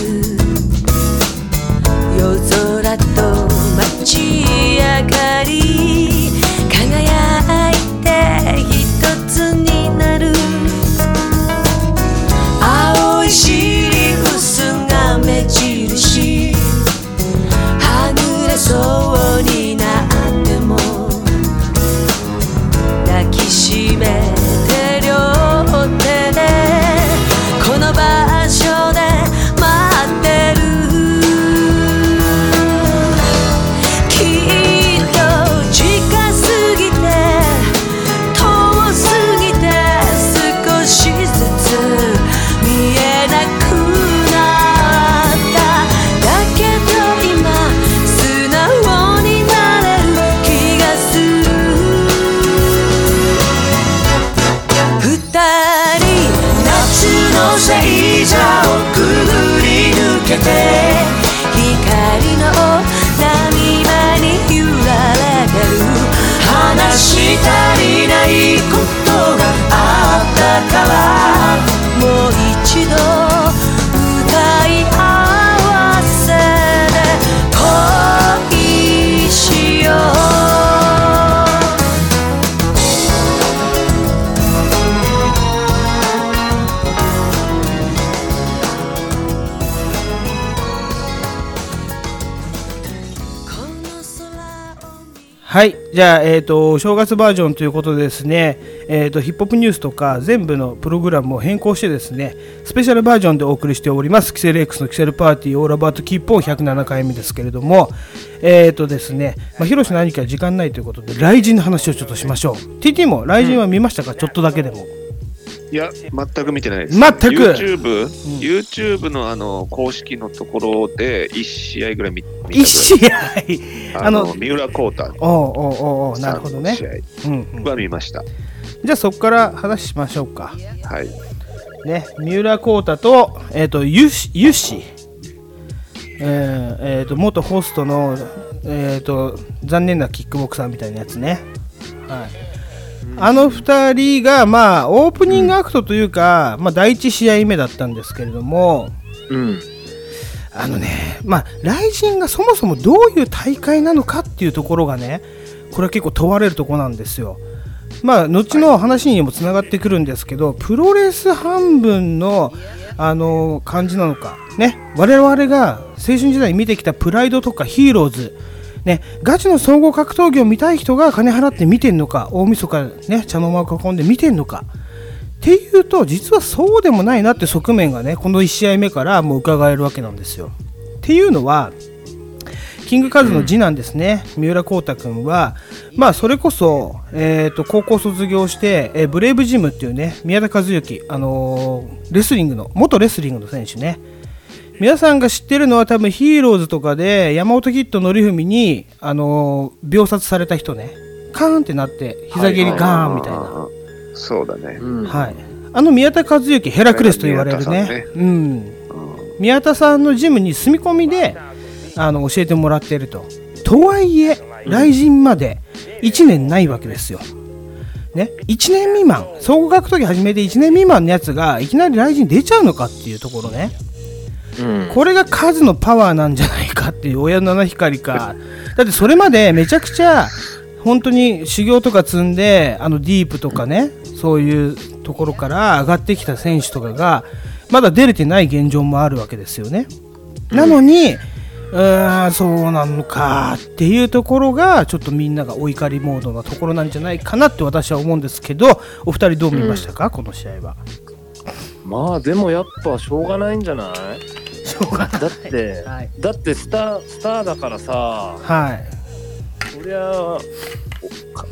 [SPEAKER 9] 夜空と街明かり輝いて一つになる青い尻薄が目印はぐれそうになっても抱きしめて両手でこの場所で待ってるきっと近すぎて遠すぎて少しずつ見えなくなっただけど今素直になれる気がする二人夏の聖者をくぐり抜けて光の波間に揺られてる話したりないことがあったからもう一度向かい合わせで恋しようこの空を見
[SPEAKER 1] はい、じゃあ、えー、とお正月バージョンということでですね、えー、とヒップホップニュースとか全部のプログラムを変更してですねスペシャルバージョンでお送りしておりますキセル X のキセルパーティーオーラバートキーポン107回目ですけれどもえっ、とですね、まあ、広瀬の兄貴は時間ないということで雷神の話をちょっとしましょう TT も雷神は見ましたか、ちょっとだけでも
[SPEAKER 5] いや、全く見てないです。
[SPEAKER 1] 全く
[SPEAKER 5] YouTube、YouTube のあの、公式のところで1試合ぐらい見見たぐらい。
[SPEAKER 1] 一試合あ
[SPEAKER 5] あ
[SPEAKER 1] の
[SPEAKER 5] の、三浦孝太
[SPEAKER 1] おうおうおうおうなるほどね
[SPEAKER 5] さん、の
[SPEAKER 1] うんう
[SPEAKER 5] 試
[SPEAKER 1] ん
[SPEAKER 5] 合は見ました。
[SPEAKER 1] じゃあそこから話しましょうか
[SPEAKER 5] はい。
[SPEAKER 1] ね、三浦孝太と、えっ、と、ゆし、ゆし。えっ、えーと、元ホストの、えっ、と、残念なキックボクサーみたいなやつね。はい。あの二人が、まあ、オープニングアクトというか、まあ、第一試合目だったんですけれども。
[SPEAKER 6] うん
[SPEAKER 1] あのね、まあ、雷神がそもそもどういう大会なのかっていうところがね、これは結構問われるところなんですよ。まあ、後の話にもつながってくるんですけど、プロレス半分の、あの感じなのか、ね、我々が青春時代に見てきたプライドとかヒーローズ、ね、ガチの総合格闘技を見たい人が金払って見てんのか、大晦日ね、茶の間を囲んで見てんのか、っていうと、実はそうでもないなって側面がね、この1試合目からもう伺えるわけなんですよ。っていうのはキングカズの次男ですね、三浦航太君は、まあ、それこそ、えー、と高校卒業して、えーブレイブジムっていうね宮田和幸、あのーレスリングの元レスリングの選手ね皆さんが知ってるのは多分ヒーローズとかで山本キッド典文に、あのー秒殺された人ねカーンってなって膝蹴りガーンみたいな、
[SPEAKER 5] そうだね。
[SPEAKER 6] うん
[SPEAKER 1] はい、あの宮田和幸ヘラクレスと言われるね
[SPEAKER 5] 宮田さんね
[SPEAKER 1] うん、宮田さんのジムに住み込みであの教えてもらってるととはいえ来人まで1年ないわけですよ、ね、1年未満総合格闘技始めて1年未満のやつがいきなり来人出ちゃうのかっていうところね
[SPEAKER 6] うん
[SPEAKER 1] これが数のパワーなんじゃないかっていう親の七光かだってそれまでめちゃくちゃ本当に修行とか積んであのディープとかねそういうところから上がってきた選手とかがまだ出れてない現状もあるわけですよねなのにうーんそうなのかっていうところがちょっとみんながお怒りモードなところなんじゃないかなって私は思うんですけどお二人どう見ましたか、この試合は
[SPEAKER 6] まあでもやっぱしょうがないんじゃない
[SPEAKER 1] しょうが
[SPEAKER 6] だって、
[SPEAKER 1] はい
[SPEAKER 6] だってスタースターだからさ
[SPEAKER 1] はい
[SPEAKER 6] そりゃお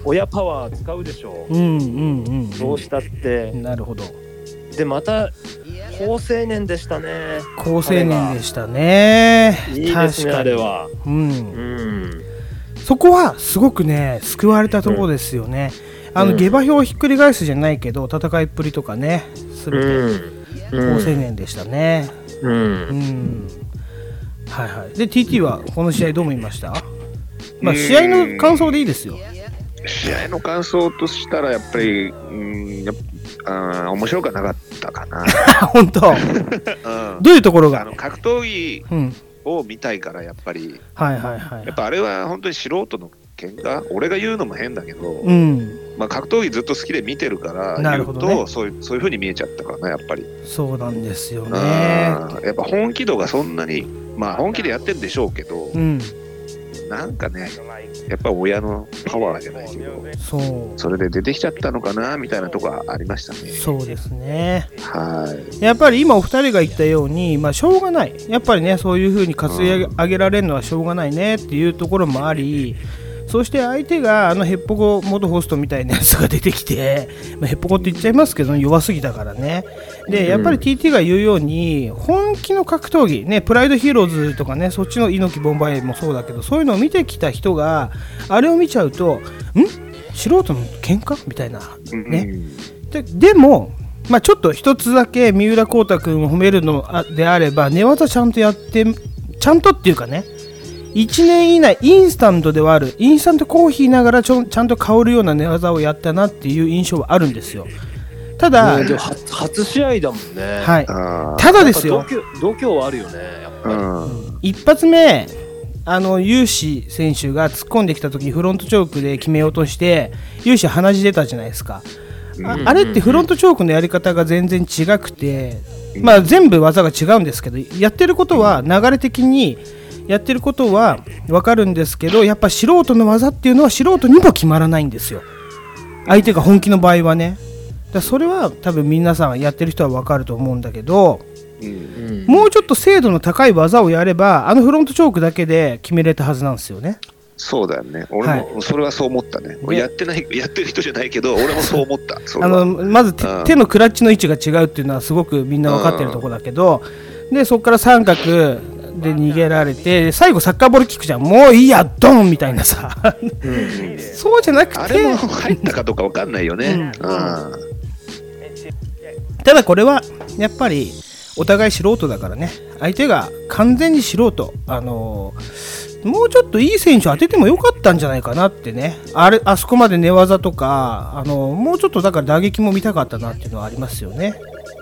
[SPEAKER 6] 親パワー使うでしょ
[SPEAKER 1] うんうんうん
[SPEAKER 6] どうしたって
[SPEAKER 1] う、んなるほど
[SPEAKER 6] でまた好青年でしたね
[SPEAKER 1] 好青年でしたね。
[SPEAKER 6] いいですねあれは
[SPEAKER 1] う。
[SPEAKER 6] うんん
[SPEAKER 1] そこはすごくね、救われたところですよね。あ
[SPEAKER 6] う
[SPEAKER 1] の
[SPEAKER 6] ん
[SPEAKER 1] 下馬評をひっくり返すじゃないけど、戦いっぷりとかね、す
[SPEAKER 6] う
[SPEAKER 1] べて
[SPEAKER 6] んう
[SPEAKER 1] 好青
[SPEAKER 6] ん
[SPEAKER 1] 年でしたね。
[SPEAKER 6] うん
[SPEAKER 1] うん。はいはい。で、TT はこの試合どう思いましたまあ、
[SPEAKER 5] うん
[SPEAKER 1] 試合の感想でいいですよ。
[SPEAKER 5] 試合の感想としたら、やっぱり、うん、やっぱあー面白くはなかったかな。
[SPEAKER 1] あ、本当。
[SPEAKER 5] うん
[SPEAKER 1] どういうところ
[SPEAKER 5] あ
[SPEAKER 1] が
[SPEAKER 5] の格闘技
[SPEAKER 1] うん。
[SPEAKER 5] を見たいから、やっぱり、
[SPEAKER 1] はいはいはい
[SPEAKER 5] やっ。ぱあれは本当に素人の喧嘩俺が言うのも変だけど、
[SPEAKER 1] うん。
[SPEAKER 5] まあ、格闘技ずっと好きで見てるから、
[SPEAKER 1] な
[SPEAKER 5] 言
[SPEAKER 1] る
[SPEAKER 5] う
[SPEAKER 1] ほどね
[SPEAKER 5] とそういうそういう風に見えちゃったかな、やっぱり。
[SPEAKER 1] そうなんですよ
[SPEAKER 5] う
[SPEAKER 1] ね
[SPEAKER 5] ん。やっぱ本気度がそんなに、まあ、本気でやってるんでしょうけど、
[SPEAKER 1] うん。
[SPEAKER 5] なんかね、やっぱ親のパワーじゃないけど、
[SPEAKER 1] そう。
[SPEAKER 5] それで出てきちゃったのかなみたいなとこはありましたね。
[SPEAKER 1] そうですね。
[SPEAKER 5] はい
[SPEAKER 1] やっぱり今お二人が言ったように、まあ、しょうがないやっぱりねそういう風に担い上げられるのはしょうがないねっていうところもありそして相手があのヘッポコ元ホストみたいなやつが出てきて、 まあ、ヘッポコって言っちゃいますけど弱すぎたからねでやっぱり TT が言うように本気の格闘技ねプライドヒーローズとかねそっちの猪木ボンバイもそうだけどそういうのを見てきた人があれを見ちゃうとん素人の喧嘩みたいな
[SPEAKER 5] うん
[SPEAKER 1] ね、ででも、まあ、ちょっと一つだけ三浦航太君を褒めるのあであれば寝技ちゃんとやってちゃんとっていうかね1年以内インスタントではあるインスタントコーヒーながらちょちゃんと香るような寝技をやったなっていう印象はあるんですよただ、
[SPEAKER 6] ねでも初初試合だもんねい
[SPEAKER 1] はい、
[SPEAKER 5] あ
[SPEAKER 1] ただですよ
[SPEAKER 6] 度胸度胸はあるよねやっ
[SPEAKER 5] ー
[SPEAKER 6] ぱ
[SPEAKER 5] うん
[SPEAKER 1] 一発目あの有志選手が突っ込んできた時フロントチョークで決めようとして有志鼻血出たじゃないですかああれってフロントチョークのやり方が全然違くて、まあ、全部技が違うんですけどやってることは流れ的にやってることは分かるんですけどやっぱ素人の技っていうのは素人にも決まらないんですよ相手が本気の場合はねだからそれは多分皆さんやってる人は分かると思うんだけど
[SPEAKER 5] うん
[SPEAKER 1] もうちょっと精度の高い技をやれば、あのフロントチョークだけで決めれたはずなんですよね。
[SPEAKER 5] そうだよね、俺もそれはそう思ったね、
[SPEAKER 1] で
[SPEAKER 5] やってない、やってる人じゃないけど、俺もそう思った、それ
[SPEAKER 1] あ
[SPEAKER 5] は
[SPEAKER 1] のまず手
[SPEAKER 5] うん
[SPEAKER 1] 手のクラッチの位置が違うっていうのはすごくみんな分かってるところだけど、でそこから三角で逃げられて、最後サッカーボールキックじゃん、もういいや、ドンみたいなさ、 そうじゃなく
[SPEAKER 5] あ
[SPEAKER 1] て
[SPEAKER 5] れ、も入ったかどうかわかんないよね。うん
[SPEAKER 1] ただこれはやっぱりお互い素人だからね、相手が完全に素人、あのーもうちょっといい選手当ててもよかったんじゃないかなってね、あれあそこまで寝技とか、あのーもうちょっとだから打撃も見たかったなっていうのはありますよね。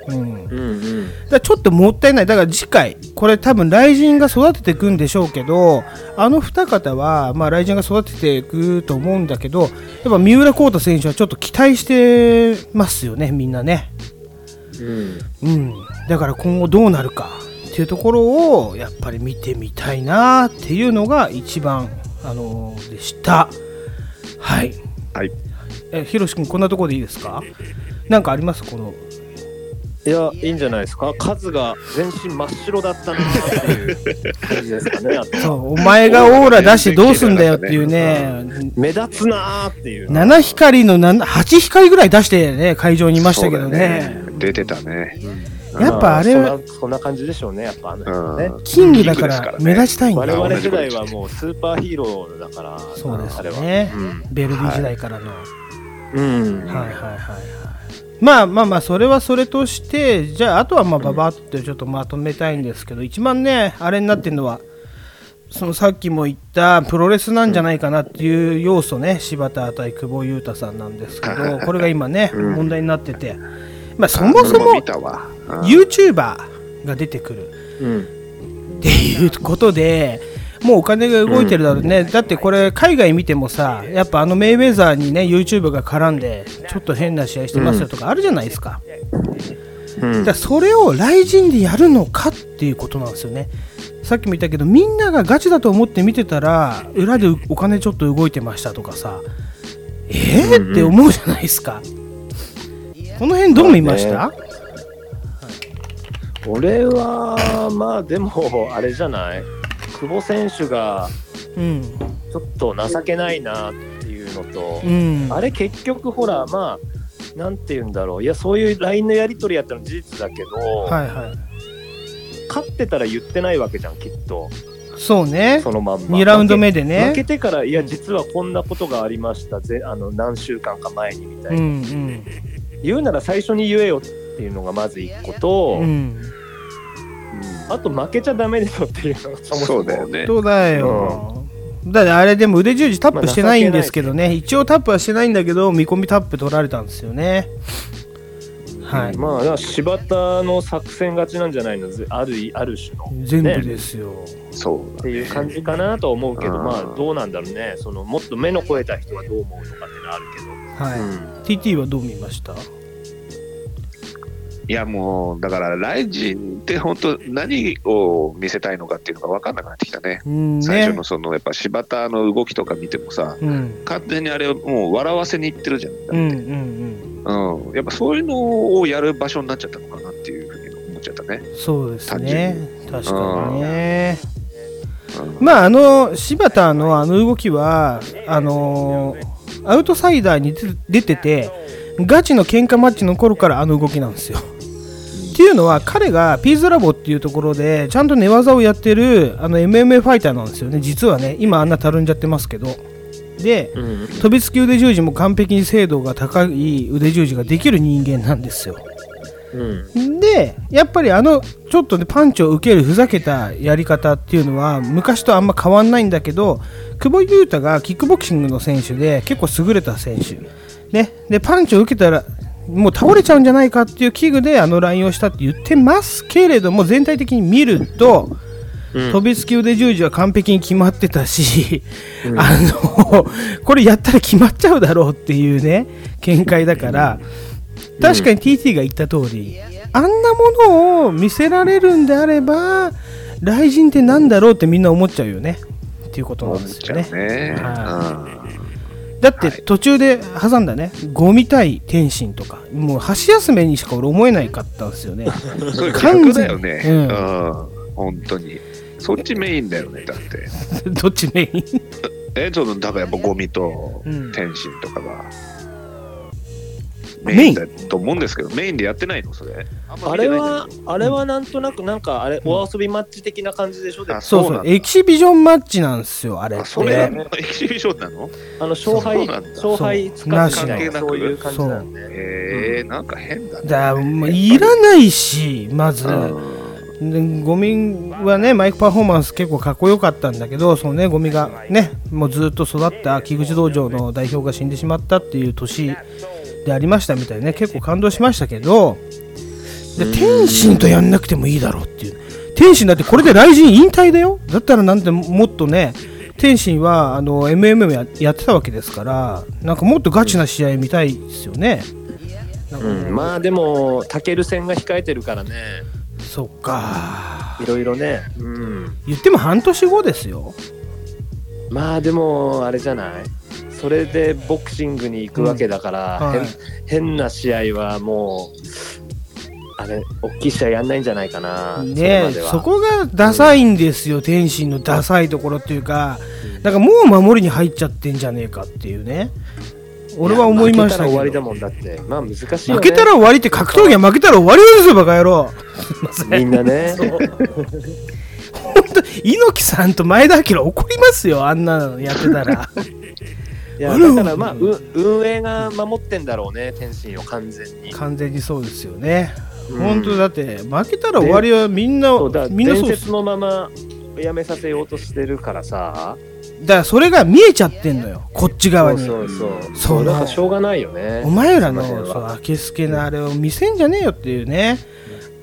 [SPEAKER 1] うん
[SPEAKER 6] うんうん
[SPEAKER 1] だからちょっともったいない、だから次回、これ多分、雷神が育てていくんでしょうけど、あの二方は、まあ、雷神が育てていくと思うんだけど、やっぱ三浦航太選手はちょっと期待してますよね、みんなね。うん、だから今後どうなるかっていうところをやっぱり見てみたいなっていうのが一番、あのーでした。はい。
[SPEAKER 5] はい
[SPEAKER 1] え、ひろし君、こんなところでいいですかなんかありますこの
[SPEAKER 6] いや、いいんじゃないですか。数が全身真っ白だったなっていう感じです かね。あと
[SPEAKER 1] そうお前がオーラ出してどうすんだよっていうね、
[SPEAKER 6] 目立つなーっていう。
[SPEAKER 1] 7光の7 8光ぐらい出してね、会場にいましたけどね。
[SPEAKER 5] そうだ出てたね。
[SPEAKER 1] やっぱあれは
[SPEAKER 6] まそんなそんな感じでしょうね。やっぱあの辺はね。
[SPEAKER 5] うん
[SPEAKER 1] キングだか
[SPEAKER 5] キングですかららね
[SPEAKER 1] 目立ちたいんだ。
[SPEAKER 6] 我々世代はもうスーパーヒーローだから、
[SPEAKER 1] そうです
[SPEAKER 6] あれは。
[SPEAKER 1] ね、
[SPEAKER 6] うん
[SPEAKER 1] ベルディ時代からの、は
[SPEAKER 6] うん
[SPEAKER 1] い、はいはいはいまあまあまあそれはそれとしてじゃああとはまあババッとちょっとまとめたいんですけど、一番ねあれになってるのはそのさっきも言ったプロレスなんじゃないかなっていう要素ね柴田対久保裕太さんなんですけ どこれが今ね、問題になってて、まあ、そもそ
[SPEAKER 5] 俺も
[SPEAKER 1] も
[SPEAKER 5] 見たわ。うん
[SPEAKER 1] YouTuber が出てくる
[SPEAKER 6] うん。
[SPEAKER 1] っていうことで、もうお金が動いてるだろうね、だってこれ、海外見てもさ、やっぱあのメイウェザーにね、YouTube が絡んで、ちょっと変な試合してますよとかあるじゃないですか、
[SPEAKER 6] うん
[SPEAKER 1] じゃあそれをライジンでやるのかっていうことなんですよね、さっきも言ったけど、みんながガチだと思って見てたら、裏でお金ちょっと動いてましたとかさ、えー、って思うじゃないですか。この辺どう見ました、
[SPEAKER 6] 俺は、まあでも、あれじゃない久保選手が
[SPEAKER 1] うん、
[SPEAKER 6] ちょっと情けないなっていうのと
[SPEAKER 1] う、ん、
[SPEAKER 6] あれ結局ほら、まあ、なんて言うんだろう。いや、そういう LINE のやり取りやったの事実だけど、
[SPEAKER 1] はいはい、
[SPEAKER 6] 勝ってたら言ってないわけじゃん、きっと。
[SPEAKER 1] そうね
[SPEAKER 6] そ、のまんま。
[SPEAKER 1] 2ラウンド目でね。
[SPEAKER 6] 負けてから、いや、実はこんなことがありました、ぜあの何週間か前にみたいな、
[SPEAKER 1] うん
[SPEAKER 6] 言うなら最初に言えよっていうのがまず1個と、
[SPEAKER 1] うんうん
[SPEAKER 6] あと負けちゃダメでしょっていうのがそもそも
[SPEAKER 5] そうだよね。
[SPEAKER 1] そうだよ、だってあれでも腕十字タップしてないんですけどね、一応タップはしてないんだけど見込みタップ取られたんですよねはい、
[SPEAKER 6] まあ、だから柴田の作戦勝ちなんじゃないの、ぜあるある種の。
[SPEAKER 1] 全部
[SPEAKER 6] ね
[SPEAKER 1] ですよ、
[SPEAKER 5] そう
[SPEAKER 6] っていう感じかなとは思うけ
[SPEAKER 5] う
[SPEAKER 6] ど、
[SPEAKER 5] ん
[SPEAKER 6] まあどうなんだろうね、そのもっと目の肥えた人はどう思うとかってのはあるけど、
[SPEAKER 1] はい、TT はどう見ました
[SPEAKER 5] いやもうだからライジンって本当何を見せたいのかっていうのが分かんなくなってきたね。
[SPEAKER 1] うん
[SPEAKER 5] 最初
[SPEAKER 1] ね
[SPEAKER 5] のそのやっぱ柴田の動きとか見てもさ
[SPEAKER 1] うん
[SPEAKER 5] 完全にあれはもう笑わせにいってるじゃん、
[SPEAKER 1] うんうん
[SPEAKER 5] うんやっぱそういうのをやる場所になっちゃったのかなっていうふうに思っちゃったね
[SPEAKER 1] う、んそうですね確かにね
[SPEAKER 5] うん
[SPEAKER 1] まああの柴田のあの動きはあのーアウトサイダーに出て出ててガチの喧嘩マッチの頃からあの動きなんですよ。っていうのは彼がピーズラボっていうところでちゃんと寝技をやってるあの MMA ファイターなんですよね実はね今あんなたるんじゃってますけどで、飛びつき腕十字も完璧に精度が高い腕十字ができる人間なんですよ。でやっぱりあのちょっとねパンチを受けるふざけたやり方っていうのは昔とあんま変わんないんだけど久保裕太がキックボクシングの選手で結構優れた選手、ね、でパンチを受けたらもう倒れちゃうんじゃないかっていう危惧であのラインをしたって言ってますけれども全体的に見ると、飛びつき腕十字は完璧に決まってたし、あのこれやったら決まっちゃうだろうっていうね見解だから。確かに TT が言った通り、あんなものを見せられるんであれば雷神ってなんだろうってみんな思っちゃうよねっていうことなん
[SPEAKER 5] 思
[SPEAKER 1] で
[SPEAKER 5] っ
[SPEAKER 1] す
[SPEAKER 5] ち
[SPEAKER 1] よ
[SPEAKER 5] ゃ
[SPEAKER 1] ね
[SPEAKER 5] うね
[SPEAKER 1] だって途中で挟んだねゴミ対天心とかもう箸休めにしか俺思えないかったんです よね
[SPEAKER 5] うんそういう逆だよね
[SPEAKER 1] 完全にう
[SPEAKER 5] うん本当にそっちメインだよねだって
[SPEAKER 1] どっちメイン
[SPEAKER 5] えそのだからやっぱゴミと
[SPEAKER 1] うん
[SPEAKER 5] 天心とかが、
[SPEAKER 1] メ
[SPEAKER 5] メ
[SPEAKER 1] イ
[SPEAKER 5] イ
[SPEAKER 1] ン
[SPEAKER 5] ンだと思うんですけどメインでやってないのそれあんま
[SPEAKER 6] あ
[SPEAKER 5] 見て
[SPEAKER 6] れ
[SPEAKER 5] ないんだけど
[SPEAKER 6] は、あれはなんとなく、なんかあれ、お遊びマッチ的な感じでしょ、でも
[SPEAKER 5] あ
[SPEAKER 1] そう
[SPEAKER 5] そう
[SPEAKER 1] そ
[SPEAKER 5] な
[SPEAKER 1] うん
[SPEAKER 5] だ
[SPEAKER 1] エキシビジョンマッチなんですよあれっ
[SPEAKER 5] あ
[SPEAKER 1] て
[SPEAKER 5] それがエキシビションなの
[SPEAKER 6] あの勝敗、
[SPEAKER 5] そうなんだ
[SPEAKER 6] 勝敗つかずみたいな、
[SPEAKER 5] そう
[SPEAKER 6] そういう感じなんで、
[SPEAKER 5] えー、なんか変だね
[SPEAKER 1] だもういらないしまず、
[SPEAKER 5] うん
[SPEAKER 1] でゴミはねマイクパフォーマンス結構かっこよかったんだけどそのねゴミがねもうずっと育った木口道場の代表が死んでしまったっていう年でありましたみたいなね結構感動しましたけどで天心とやんなくてもいいだろうっていう天心だってこれで来人引退だよだったらなんてもっとね天心はあの MM ややってたわけですからなんかもっとガチな試合見たいですよね
[SPEAKER 6] うんまあでも、タケル戦が控えてるからね、
[SPEAKER 1] そっか
[SPEAKER 6] いろいろね、うん、
[SPEAKER 1] 言っても半年後ですよ
[SPEAKER 6] まあでも、あれじゃない、それでボクシングに行くわけだから、
[SPEAKER 1] うんはい
[SPEAKER 6] 変変な試合はもう、あれ、大きい試合やんないんじゃないかな。
[SPEAKER 1] ね
[SPEAKER 6] それまで
[SPEAKER 1] そ
[SPEAKER 6] は
[SPEAKER 1] こがダサいんですよ、天心のダサいところっていうか、なんかもう守りに入っちゃってんじゃねえかっていうね、俺は思いました
[SPEAKER 6] いや負けた
[SPEAKER 1] け
[SPEAKER 6] ら終わりだ
[SPEAKER 1] ど。
[SPEAKER 6] もんだって。まあ難しいよ、
[SPEAKER 1] 負
[SPEAKER 6] ね。
[SPEAKER 1] けたら終わりって格闘技は負けたら終わりですよ、バカ野郎。すいません。
[SPEAKER 6] みんなね。
[SPEAKER 1] 本当猪木さんと前田明怒りますよ、あんなのやってた ら。
[SPEAKER 6] いやだからまあ、う運営が守ってんだろうね、天心を完全に。
[SPEAKER 1] 完全にそうですよね。
[SPEAKER 6] うん
[SPEAKER 1] 本当だって、負けたら終わりはみんな
[SPEAKER 6] そうだ、
[SPEAKER 1] みんな
[SPEAKER 6] 伝
[SPEAKER 1] そうです
[SPEAKER 6] 説のままやめさせようとしてるからさ。
[SPEAKER 1] だからそれが見えちゃってんのよ、こっち
[SPEAKER 6] そ
[SPEAKER 1] 側
[SPEAKER 6] う
[SPEAKER 1] に。
[SPEAKER 6] そうそう。
[SPEAKER 1] そ
[SPEAKER 6] そうう、なんかしょうがないよね。
[SPEAKER 1] お前らの
[SPEAKER 6] その辺は
[SPEAKER 1] そうあけすけなあれを見せんじゃねえよっていうね、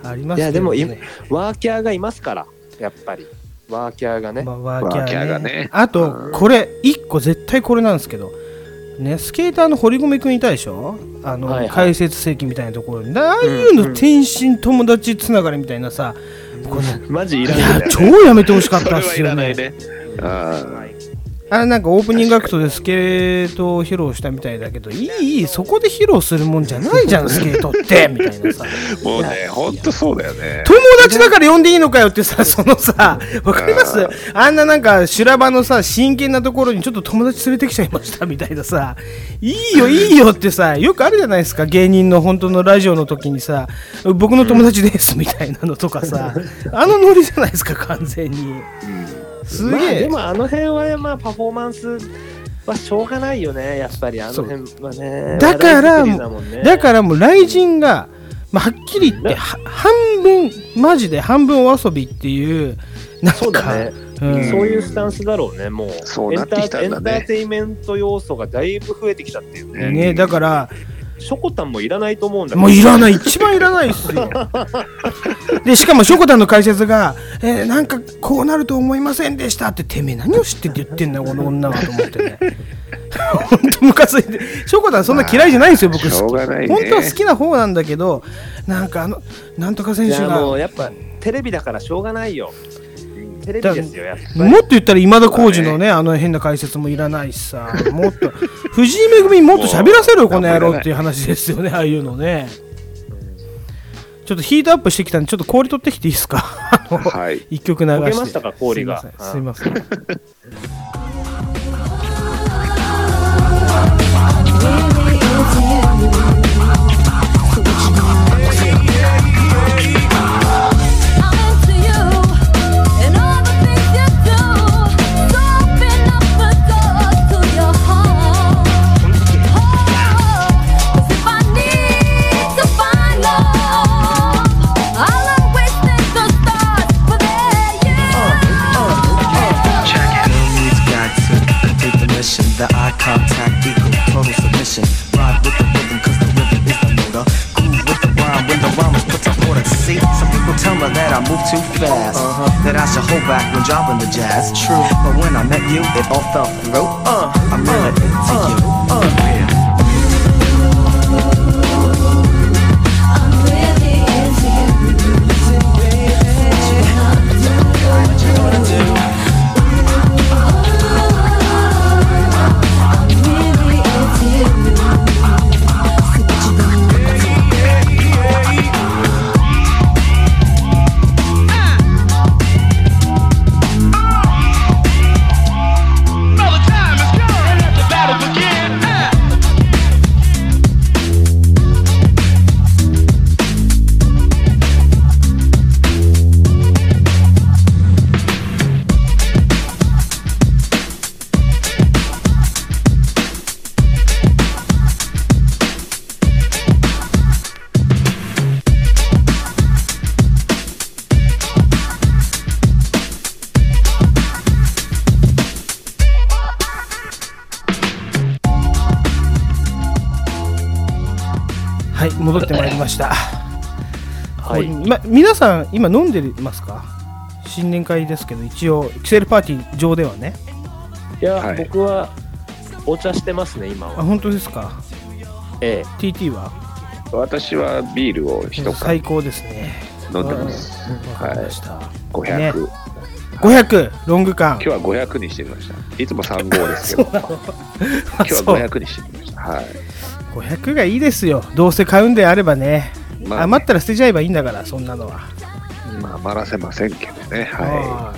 [SPEAKER 1] あります
[SPEAKER 6] いや、でもい
[SPEAKER 1] ね、
[SPEAKER 6] ワーキャーがいますから、やっぱり。ワーキャーがね。
[SPEAKER 1] まあ、ワーキャー,、ね、
[SPEAKER 5] ワーキャーがね
[SPEAKER 1] あと、これ、一個絶対これなんですけど、ね、スケーターの堀米君いたでしょ、あの、
[SPEAKER 6] はいはい
[SPEAKER 1] 解説席みたいなところに、ああいうの、天心友達つながりみたいなさ、これね
[SPEAKER 6] マジいら
[SPEAKER 1] い
[SPEAKER 6] ないん
[SPEAKER 1] や
[SPEAKER 6] だよ
[SPEAKER 1] 超やめてほしかったっすよね。
[SPEAKER 5] あ
[SPEAKER 1] あれなんかオープニングアクトでスケートを披露したみたいだけどいいいいそこで披露するもんじゃないじゃんスケートってみたいなさ
[SPEAKER 5] あもうね、ほんとそうだよね。
[SPEAKER 1] 友達だから呼んでいいのかよってさそのさわかりますあんななんか修羅場のさ真剣なところにちょっと友達連れてきちゃいましたみたいなさいいよいいよってさよくあるじゃないですか芸人の本当のラジオの時にさ僕の友達ですみたいなのとかさあのノリじゃないですか完全にす
[SPEAKER 6] まあ、
[SPEAKER 1] げ
[SPEAKER 6] で
[SPEAKER 1] え
[SPEAKER 6] もあの辺はまあパフォーマンスはしょうがないよねやっぱりあの辺はね
[SPEAKER 1] だから
[SPEAKER 6] 話題作りだもんね
[SPEAKER 1] だからもう雷神が、まあ、はっきり言っては半分マジで半分お遊びっていうなんか
[SPEAKER 6] そうだね、
[SPEAKER 1] うん
[SPEAKER 6] そういうスタンスだろうねもう
[SPEAKER 5] そうなってきたんだね
[SPEAKER 6] エンターエンターテインメント要素がだいぶ増えてきたっていうね
[SPEAKER 1] ね、だから
[SPEAKER 6] ショコタンもいらないと思うんだけど
[SPEAKER 1] もういらない一番いらないっす よでしかもしょこたんの解説が、えーなんかこうなると思いませんでしたっててめえ何を知ってて言ってんだよこの女はと思って ねほんとムカついてしょこたんそんな嫌いじゃないんですよ僕
[SPEAKER 5] まあしょうがないね
[SPEAKER 1] 本当は好きな方なんだけどなんかあのなんとか選
[SPEAKER 6] い
[SPEAKER 1] 手
[SPEAKER 6] や
[SPEAKER 1] が
[SPEAKER 6] もうやっぱテレビだからしょうがないよテレビですよやっぱり
[SPEAKER 1] もっと言ったら今田耕司のね、あの変な解説もいらないしさ、もっと、 藤井恵にもっと喋らせろよ、この野郎っていう話ですよね、ああいうのね。ちょっとヒートアップしてきたんで、ちょっと氷取ってきていいですか、 あの
[SPEAKER 5] はい
[SPEAKER 1] 一曲流して。
[SPEAKER 6] 溶けましたか氷が
[SPEAKER 1] すいません。すいません
[SPEAKER 9] Oh,
[SPEAKER 1] はい、戻ってまいりました。
[SPEAKER 6] はい
[SPEAKER 1] ここにま、皆さん、今飲んでますか新年会ですけど、一応、キセルパーティー上ではね。
[SPEAKER 6] いや、
[SPEAKER 5] はい
[SPEAKER 6] 僕はお茶してますね今
[SPEAKER 1] あ、
[SPEAKER 6] は
[SPEAKER 1] 本当ですか
[SPEAKER 6] ええ
[SPEAKER 1] ?TT は
[SPEAKER 5] 私はビールを一缶
[SPEAKER 1] 最高ですね。
[SPEAKER 5] 飲んでます。
[SPEAKER 1] わかりました。
[SPEAKER 5] 500。
[SPEAKER 1] ね
[SPEAKER 5] 今
[SPEAKER 1] 500、ロング缶
[SPEAKER 5] 日。は500にしてみました。いつも35ですけど、今日 は
[SPEAKER 1] そう
[SPEAKER 5] 500にしてみました。はい。
[SPEAKER 1] 500がいいですよどうせ買うんであればね
[SPEAKER 5] うんまあ、
[SPEAKER 2] 余ったら捨てちゃえばいいんだからそんなのは、
[SPEAKER 5] まあ、余らせませんけどね。は
[SPEAKER 2] は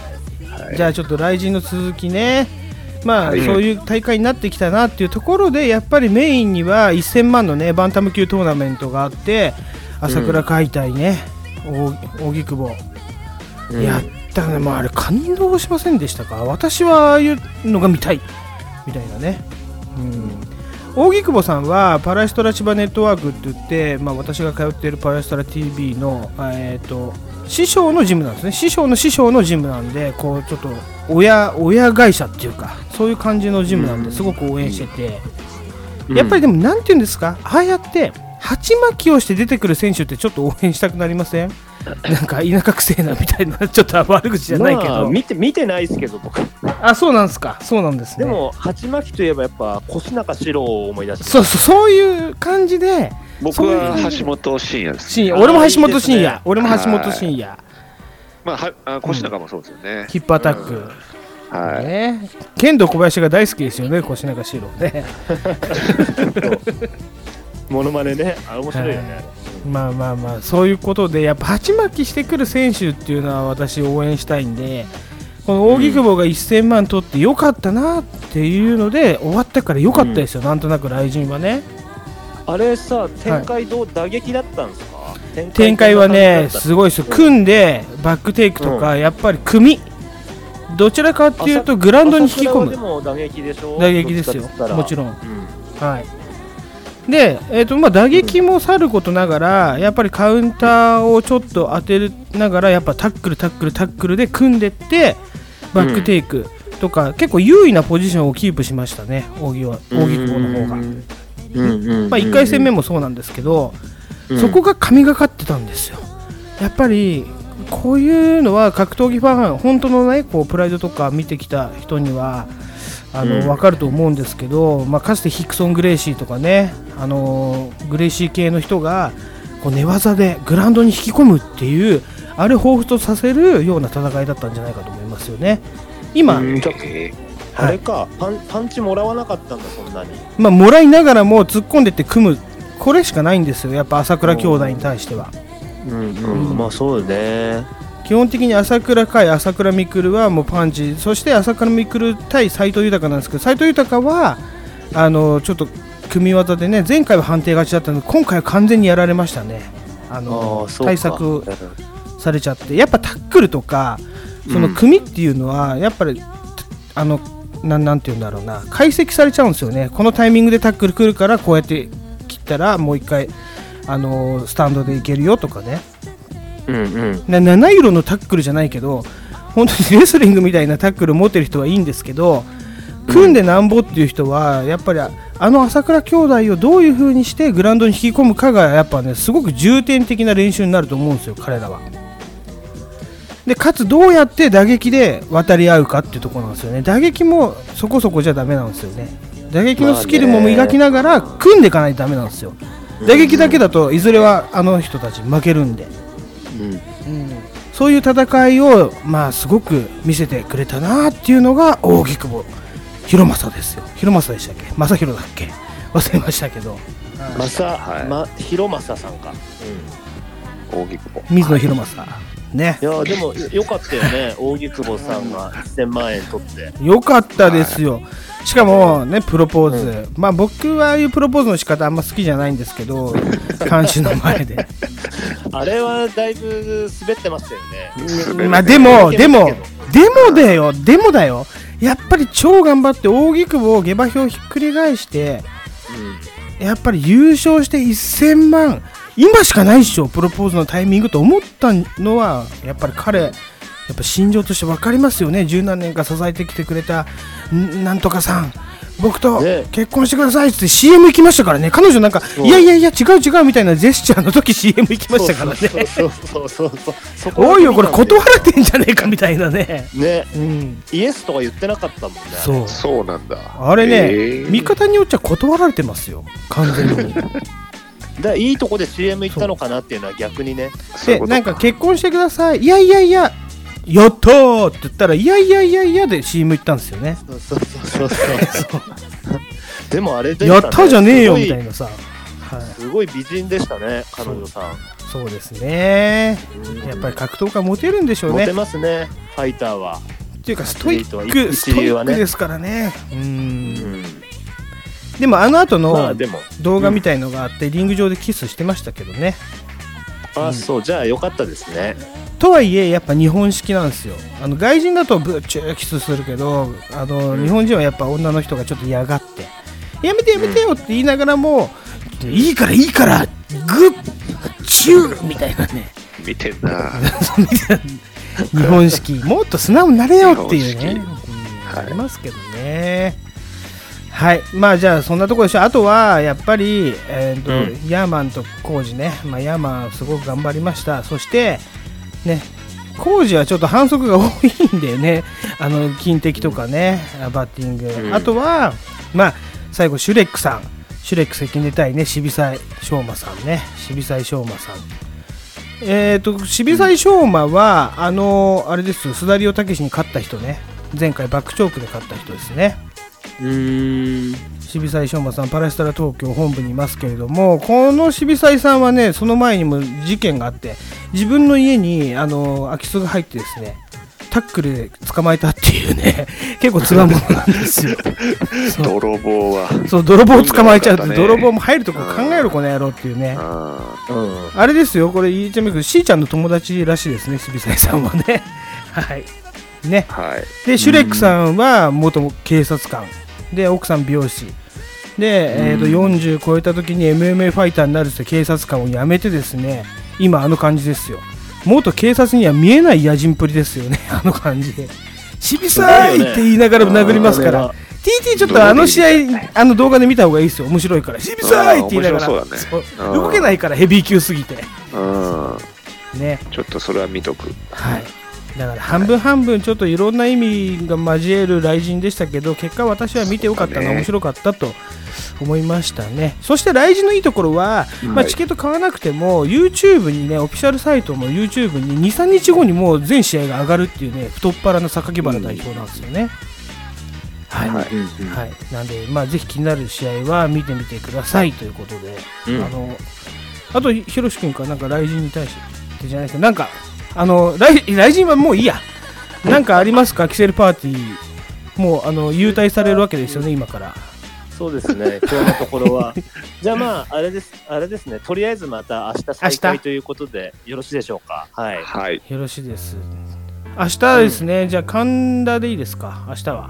[SPEAKER 2] い
[SPEAKER 5] い
[SPEAKER 2] じゃあちょっと来人の続きねまあ、
[SPEAKER 5] はい
[SPEAKER 2] そういう大会になってきたなっていうところでやっぱりメインには1000万のねバンタム級トーナメントがあって朝倉解体ね、お荻窪、やったねまああれ感動しませんでしたか私はああいうのが見たいみたいなねうん荻窪さんはパラストラ千葉ネットワークって言って、まあ、私が通っているパラストラ TV の、えー、と師匠のジムなんですね師匠の師匠のジムなんでこうちょっと親親会社っていうかそういう感じのジムなんですごく応援してて、やっぱりでもなんて言うんですかああやって鉢巻きをして出てくる選手ってちょっと応援したくなりませんなんか田舎くせえなみたいなちょっと悪口じゃないけ
[SPEAKER 6] まあ
[SPEAKER 2] ど、
[SPEAKER 6] 見て見てないですけど僕
[SPEAKER 2] あ、そうなんですかそうなんですね
[SPEAKER 6] でも鉢巻きといえばやっぱ腰中四郎を思い出して
[SPEAKER 2] そうそうそういう感じで
[SPEAKER 5] 僕は橋本真也です。
[SPEAKER 2] 深夜
[SPEAKER 6] あー
[SPEAKER 2] 俺も橋本深
[SPEAKER 6] いいで
[SPEAKER 2] 夜、
[SPEAKER 6] すね
[SPEAKER 2] 俺も橋本深夜
[SPEAKER 5] まあ、はあ腰中もそうですよね。
[SPEAKER 2] ヒップアタック、
[SPEAKER 5] はい。
[SPEAKER 2] ね剣道小林が大好きですよね腰中四郎ね
[SPEAKER 6] モノマネねあれ面白いよね
[SPEAKER 2] まあまあまあそういうことでやっぱ鉢巻きしてくる選手っていうのは私応援したいんでこの扇久保が1000万取ってよかったなっていうので終わったからよかったですよ、なんとなく雷神はね
[SPEAKER 6] あれさ展開どう、打撃だったんですか
[SPEAKER 2] 展開はね
[SPEAKER 6] 展開
[SPEAKER 2] すごいですよ組んでバックテイクとか、やっぱり組どちらかっていうとグラウンドに引き込む
[SPEAKER 6] 朝倉はでも打撃でしょ
[SPEAKER 2] 打撃ですよ
[SPEAKER 6] どっちかっつったら
[SPEAKER 2] もちろん
[SPEAKER 6] うん
[SPEAKER 2] はい、で、えーとまあ、打撃もさることながら、やっぱりカウンターをちょっと当てながらやっぱタックル、タックル、タックルで組んでってバックテイクとか、結構優位なポジションをキープしましたね、扇は扇久保の方が。まあ、1回戦目もそうなんですけど、そこが神がかってたんですよ。やっぱりこういうのは格闘技ファン、本当のね、こうプライドとか見てきた人には、あの分かると思うんですけど、まあ、かつてヒクソン・グレイシーとかね、あのーグレイシー系の人がこう寝技でグラウンドに引き込むっていうあれを彷彿とさせるような戦いだったんじゃないかと思いますよね。今、
[SPEAKER 6] あれかパンパンチもらわなかったんだそんなに
[SPEAKER 2] まあ、もらいながらも突っ込んでって組むこれしかないんですよやっぱ朝倉兄弟に対しては。
[SPEAKER 6] うんうんまあそうね
[SPEAKER 2] 基本的に朝倉海、朝倉未来はもうパンチ、そして朝倉未来対斎藤豊なんですけど、斎藤豊はあのちょっと組み技でね、前回は判定勝ちだったので、今回は完全にやられましたね、あの
[SPEAKER 6] ああそうか
[SPEAKER 2] 対策されちゃって、やっぱタックルとか、その組っていうのは、やっぱり、あのなんなんていうんだろうな、解析されちゃうんですよね、このタイミングでタックル来るから、こうやって切ったら、もう一回あのスタンドでいけるよとかね。
[SPEAKER 6] うんうん
[SPEAKER 2] な七色のタックルじゃないけど本当にレスリングみたいなタックル持ってる人はいいんですけど組んでなんぼっていう人はやっぱりあの朝倉兄弟をどういう風にしてグラウンドに引き込むかがやっぱねすごく重点的な練習になると思うんですよ彼らは。でかつどうやって打撃で渡り合うかっていうところなんですよね打撃もそこそこじゃダメなんですよね打撃のスキルも磨きながら組んでいかないとダメなんですよ打撃だけだといずれはあの人たち負けるんで、そういう戦いを、まあ、すごく見せてくれたなっていうのが大木久保広政ですよ広政でしたっけ正弘だっけ忘れましたけど
[SPEAKER 6] まさ、
[SPEAKER 5] はい
[SPEAKER 6] ま広政さんか、
[SPEAKER 5] 大木久保。
[SPEAKER 2] 水野広政ね
[SPEAKER 6] いやーでもよかったよね扇久保さんが1000万円取って
[SPEAKER 2] よかったですよ、しかもねプロポーズ、まあ僕はああいうプロポーズの仕方あんま好きじゃないんですけど監修の前で
[SPEAKER 6] あれはだいぶ滑ってましたよね
[SPEAKER 5] 滑る
[SPEAKER 2] まあでも
[SPEAKER 6] い
[SPEAKER 2] で
[SPEAKER 6] けま
[SPEAKER 2] も
[SPEAKER 6] すけど
[SPEAKER 2] でもだよでもだよやっぱり超頑張って扇久保を下馬評ひっくり返して、やっぱり優勝して1000万今しかないっしょプロポーズのタイミングと思ったのはやっぱり彼やっぱ心情として分かりますよね十何年間支えてきてくれたんなんとかさん僕と
[SPEAKER 6] ね
[SPEAKER 2] 結婚してくださいっつって CM 行きましたからね彼女なんかいやいやいや違う違うみたいなジェスチャーの時 CM 行きましたからね
[SPEAKER 6] そうそうそうそうそこが
[SPEAKER 2] おいよこれ
[SPEAKER 6] 気になるん
[SPEAKER 2] 断られてんじゃねえかみたいなね
[SPEAKER 6] だよね
[SPEAKER 2] うん
[SPEAKER 6] イエスとか言ってなかったもんね
[SPEAKER 2] そう
[SPEAKER 5] そうなんだ。
[SPEAKER 2] あれね、
[SPEAKER 5] えー
[SPEAKER 2] 見方によっちゃ断られてますよ、完全 に。
[SPEAKER 6] だからいいとこで CM 行ったのかなっていうのは逆にね
[SPEAKER 5] そう
[SPEAKER 2] で、
[SPEAKER 5] いうこと
[SPEAKER 2] なんか結婚してください、いやいやいや、やったーって言ったら、いやいやいやいやで CM 行ったんですよね。
[SPEAKER 6] そうそうそうそうでもあれで
[SPEAKER 2] やったじゃねえよみたいなさ、はい
[SPEAKER 6] すごい美人でしたね彼女さん
[SPEAKER 1] そうですねやっぱり格闘家モテるんでしょう
[SPEAKER 6] モ
[SPEAKER 1] ね
[SPEAKER 6] テますね、ファイターは。
[SPEAKER 1] っていうかストイ
[SPEAKER 6] ア
[SPEAKER 1] ッ
[SPEAKER 6] スリート
[SPEAKER 1] ク
[SPEAKER 6] は
[SPEAKER 1] ストイ
[SPEAKER 6] 一
[SPEAKER 1] ッ
[SPEAKER 6] 流は
[SPEAKER 1] ク
[SPEAKER 6] ね
[SPEAKER 1] ですからねうん
[SPEAKER 6] うん、
[SPEAKER 1] でもあの後の、
[SPEAKER 6] まあでも、
[SPEAKER 1] 動画みたいのがあって、リング上でキスしてましたけどね
[SPEAKER 6] あそう、じゃあよかったですね。
[SPEAKER 1] とはいえやっぱ日本式なんですよあの外人だとブッチューキスするけどあの、日本人はやっぱ女の人がちょっと嫌がって「やめてやめてよ」って言いながらも「いいからいいからグッチュー」みたいなね
[SPEAKER 5] 見てん な。
[SPEAKER 1] 日本式もっと素直になれよっていうね
[SPEAKER 5] 日
[SPEAKER 1] うんありますけどねはいまあじゃあそんなところでしょあとはやっぱり、えーとヤーマンとコージね、まあ、ヤーマンすごく頑張りましたそしてねコージはちょっと反則が多いんだよね あの金敵とかねバッティング、
[SPEAKER 6] うん
[SPEAKER 1] あとはまあ最後シュレックさんシュレック関根対ね渋沢昌磨さんね渋沢昌磨さんえー、と渋沢昌磨は、あのあれですよ須田遼武に勝った人ね前回バックチョークで勝った人ですね
[SPEAKER 6] うん。
[SPEAKER 1] 渋沢昌磨さんパラスタラ東京本部にいますけれどもこの渋沢さんはねその前にも事件があって自分の家に、あの空き巣が入ってですねタックルで捕まえたっていうね 結構つわものなんですよそう
[SPEAKER 5] 泥棒は。
[SPEAKER 1] そう泥棒を捕まえちゃうって、
[SPEAKER 5] ね
[SPEAKER 1] 泥棒も入るとこ考えろこの野郎っていうね
[SPEAKER 5] あ
[SPEAKER 6] うん。
[SPEAKER 1] あれですよ、これ、言っちゃめく、しーちゃんの友達らしいですね、渋沢さんは ね。はい。ね。
[SPEAKER 5] あはい。
[SPEAKER 1] で、シュレックさんは元警察官。で、奥さん美容師。で、えー、と40超えた時に MMA ファイターになるって警察官を辞めてですね、今あの感じですよ。元警察には見えない野人っぷりですよね、 あの感じで。渋沢いって言いながらも殴りますか
[SPEAKER 6] あー
[SPEAKER 1] ら
[SPEAKER 6] あ。
[SPEAKER 1] TT ちょっとあの試合、あの動画で見た方がいいですよ。面白いから。渋沢いって言いながら。
[SPEAKER 5] あー面白そうだね
[SPEAKER 1] そう
[SPEAKER 5] うん
[SPEAKER 1] 動けないからヘビー級すぎて。
[SPEAKER 5] うん。
[SPEAKER 1] ね。
[SPEAKER 5] ちょっとそれは見とく。
[SPEAKER 1] はい、だから半分半分ちょっといろんな意味が交える雷神でしたけど結果私は見てよかった
[SPEAKER 5] そう
[SPEAKER 1] な、
[SPEAKER 5] だね
[SPEAKER 1] 面白かったと思いましたねそして雷神のいいところは、まあ、チケット買わなくても YouTube にねオフィシャルサイトの YouTube に23日後にもう全試合が上がるっていうね太っ腹の榊原代表なんですよね、はい、はいなんで、まあ、ぜひ気になる試合は見てみてくださいということで、あのあとひろし君からなんか雷神に対してじゃないですかなんかあの来来人はもういいや。なんかありますか、キセルパーティー。もうあの優待されるわけですよね、今から。
[SPEAKER 6] そうで すね、今日のところは。じゃあまあ、あれです、あれですね、とりあえずまた明日再
[SPEAKER 1] 明
[SPEAKER 6] 開
[SPEAKER 1] 日
[SPEAKER 6] ということで、よろしいでしょうか。はい。
[SPEAKER 5] はい。
[SPEAKER 1] よろしいです。明日ですね、じゃあ神田でいいですか、明日は。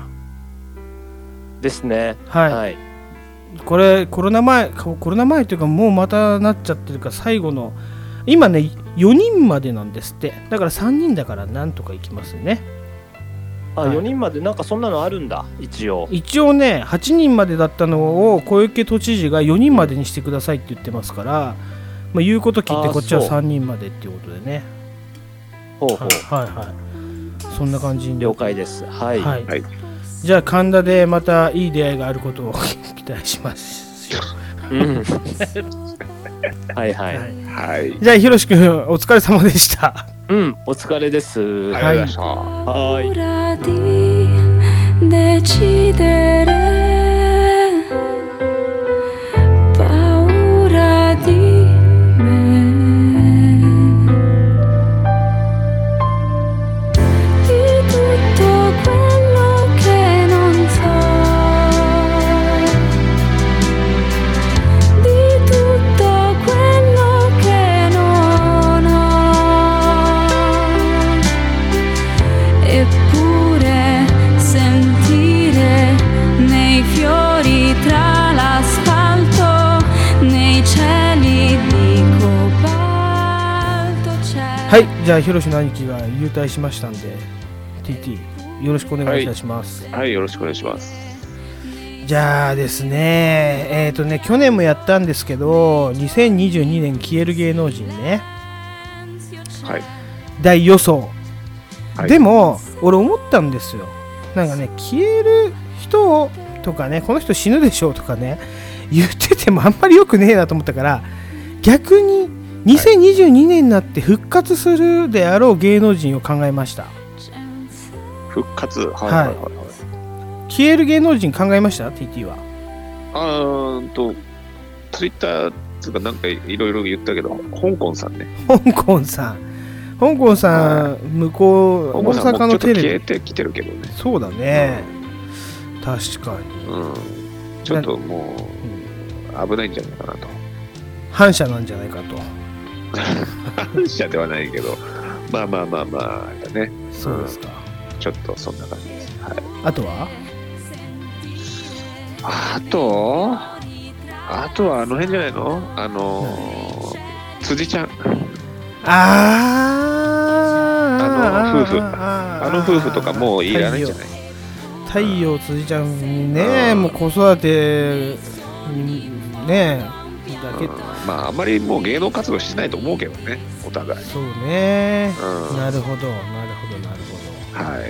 [SPEAKER 6] ですね。
[SPEAKER 1] はい、
[SPEAKER 6] はい。
[SPEAKER 1] これコロナ前、ココロナ前というか、もうまたなっちゃってるから、最後の。今ね、4人までなんですって、だから3人だから、なんとか行きますね。
[SPEAKER 6] あ、
[SPEAKER 1] はい
[SPEAKER 6] 4人までなんかそんなのあるんだ、一応。
[SPEAKER 1] 一応ね8人までだったのを小池都知事が4人までにしてくださいって言ってますから、まあ、言うこと聞い
[SPEAKER 6] あ
[SPEAKER 1] て
[SPEAKER 6] ー
[SPEAKER 1] こっちは
[SPEAKER 6] そう
[SPEAKER 1] 3人までっていうことでね
[SPEAKER 6] ほうほ
[SPEAKER 1] はい
[SPEAKER 6] う。
[SPEAKER 1] はいはいそんな感じに
[SPEAKER 6] 了解です。はい。
[SPEAKER 1] はい
[SPEAKER 5] はい
[SPEAKER 1] じゃあ神田でまたいい出会いがあることを期待しますよ
[SPEAKER 6] うん。 はいはい。
[SPEAKER 1] はい
[SPEAKER 5] はい。
[SPEAKER 1] じゃあひろしくんお疲れ様でした
[SPEAKER 6] うん、お疲れです。
[SPEAKER 5] ありがとうございました。
[SPEAKER 6] はい。
[SPEAKER 9] Ora di decidere, paura di me, di tutto quello che non so, di tutto quello che non ho. Eppure sentire nei fiori tra l'asfalto, nei cieli di cobalto c'è.
[SPEAKER 1] はいじゃあひろしの兄貴が優待しましたんで TT よろしくお願いいたします、
[SPEAKER 5] はい、よろしくお願いします。
[SPEAKER 1] じゃあですね、えっ、とね、去年もやったんですけど、2022年消える芸能人ね、
[SPEAKER 5] はい。
[SPEAKER 1] 大予想。
[SPEAKER 5] はい
[SPEAKER 1] でも、俺思ったんですよ。なんかね、消える人とかね、この人死ぬでしょうとかね、言っててもあんまり良くねえなと思ったから、逆に2022年になって復活するであろう芸能人を考えました。
[SPEAKER 5] 復活。はいい。はい。はい。
[SPEAKER 1] 消える芸能人考えました ?TT は。
[SPEAKER 5] あーんと、ツイッターつうかなんかいろいろ言ったけど、香港さんね。
[SPEAKER 1] 香港さん香港さん向こう
[SPEAKER 5] 香
[SPEAKER 1] 大
[SPEAKER 5] 港さんも
[SPEAKER 1] 阪
[SPEAKER 5] ちょ
[SPEAKER 1] の
[SPEAKER 5] っと
[SPEAKER 1] テ
[SPEAKER 5] 消え
[SPEAKER 1] レビ
[SPEAKER 5] てきてるけどね。
[SPEAKER 1] そうだね確かに
[SPEAKER 5] うん。ちょっともう、危ないんじゃないかなと。
[SPEAKER 1] 反射なんじゃないかと
[SPEAKER 5] 反社ではないけど、まあまあまあまあ、あれだね。
[SPEAKER 1] そうですか
[SPEAKER 5] ちょっとそんな感じです。はい。
[SPEAKER 1] あとは
[SPEAKER 5] あと、あとはあの辺じゃないのあのー、辻ちゃん。
[SPEAKER 1] あー
[SPEAKER 5] あの夫婦
[SPEAKER 1] あ
[SPEAKER 5] あの夫婦とかもういらないんじゃない
[SPEAKER 1] 太陽辻ちゃんね
[SPEAKER 5] うん
[SPEAKER 1] もう子育てにねだけ
[SPEAKER 5] うんまあ、あんまりもう芸能活動してないと思うけどね、お互い。
[SPEAKER 1] そうね
[SPEAKER 5] うん
[SPEAKER 1] なるほどなるほどなるほど
[SPEAKER 5] はい。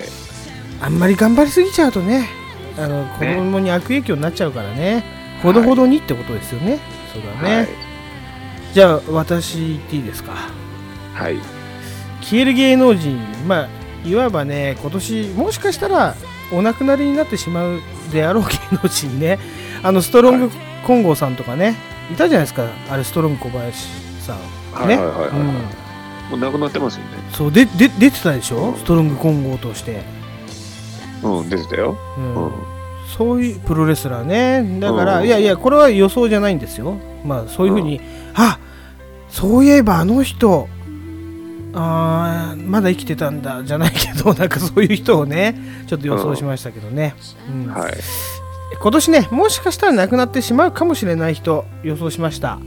[SPEAKER 1] あんまり頑張りすぎちゃうとねあの子
[SPEAKER 5] ね
[SPEAKER 1] 供に悪影響になっちゃうからねほどほどにってことですよね、そうだね、じゃあ私言っていいですか
[SPEAKER 5] はい。はい。
[SPEAKER 1] 消える芸能人まあいわばね今年もしかしたらお亡くなりになってしまうであろう芸能人ね あのストロング金剛さんとかねいたじゃないですかあれストロング小林さん
[SPEAKER 5] はい
[SPEAKER 1] ね
[SPEAKER 5] はいはいはい
[SPEAKER 1] うん
[SPEAKER 5] もうなくなってますよね。
[SPEAKER 1] そうでで出てたでしょストロング金剛として、
[SPEAKER 5] うん、出てたよ。
[SPEAKER 1] うん
[SPEAKER 5] うん。
[SPEAKER 1] そういうプロレスラーねだから、
[SPEAKER 5] うん
[SPEAKER 1] いやいやこれは予想じゃないんですよまあそういうふうに、あそういえばあの人あーまだ生きてたんだじゃないけどなんかそういう人をねちょっと予想しましたけどね、うん
[SPEAKER 5] はい。
[SPEAKER 1] 今年ねもしかしたら亡くなってしまうかもしれない人予想しました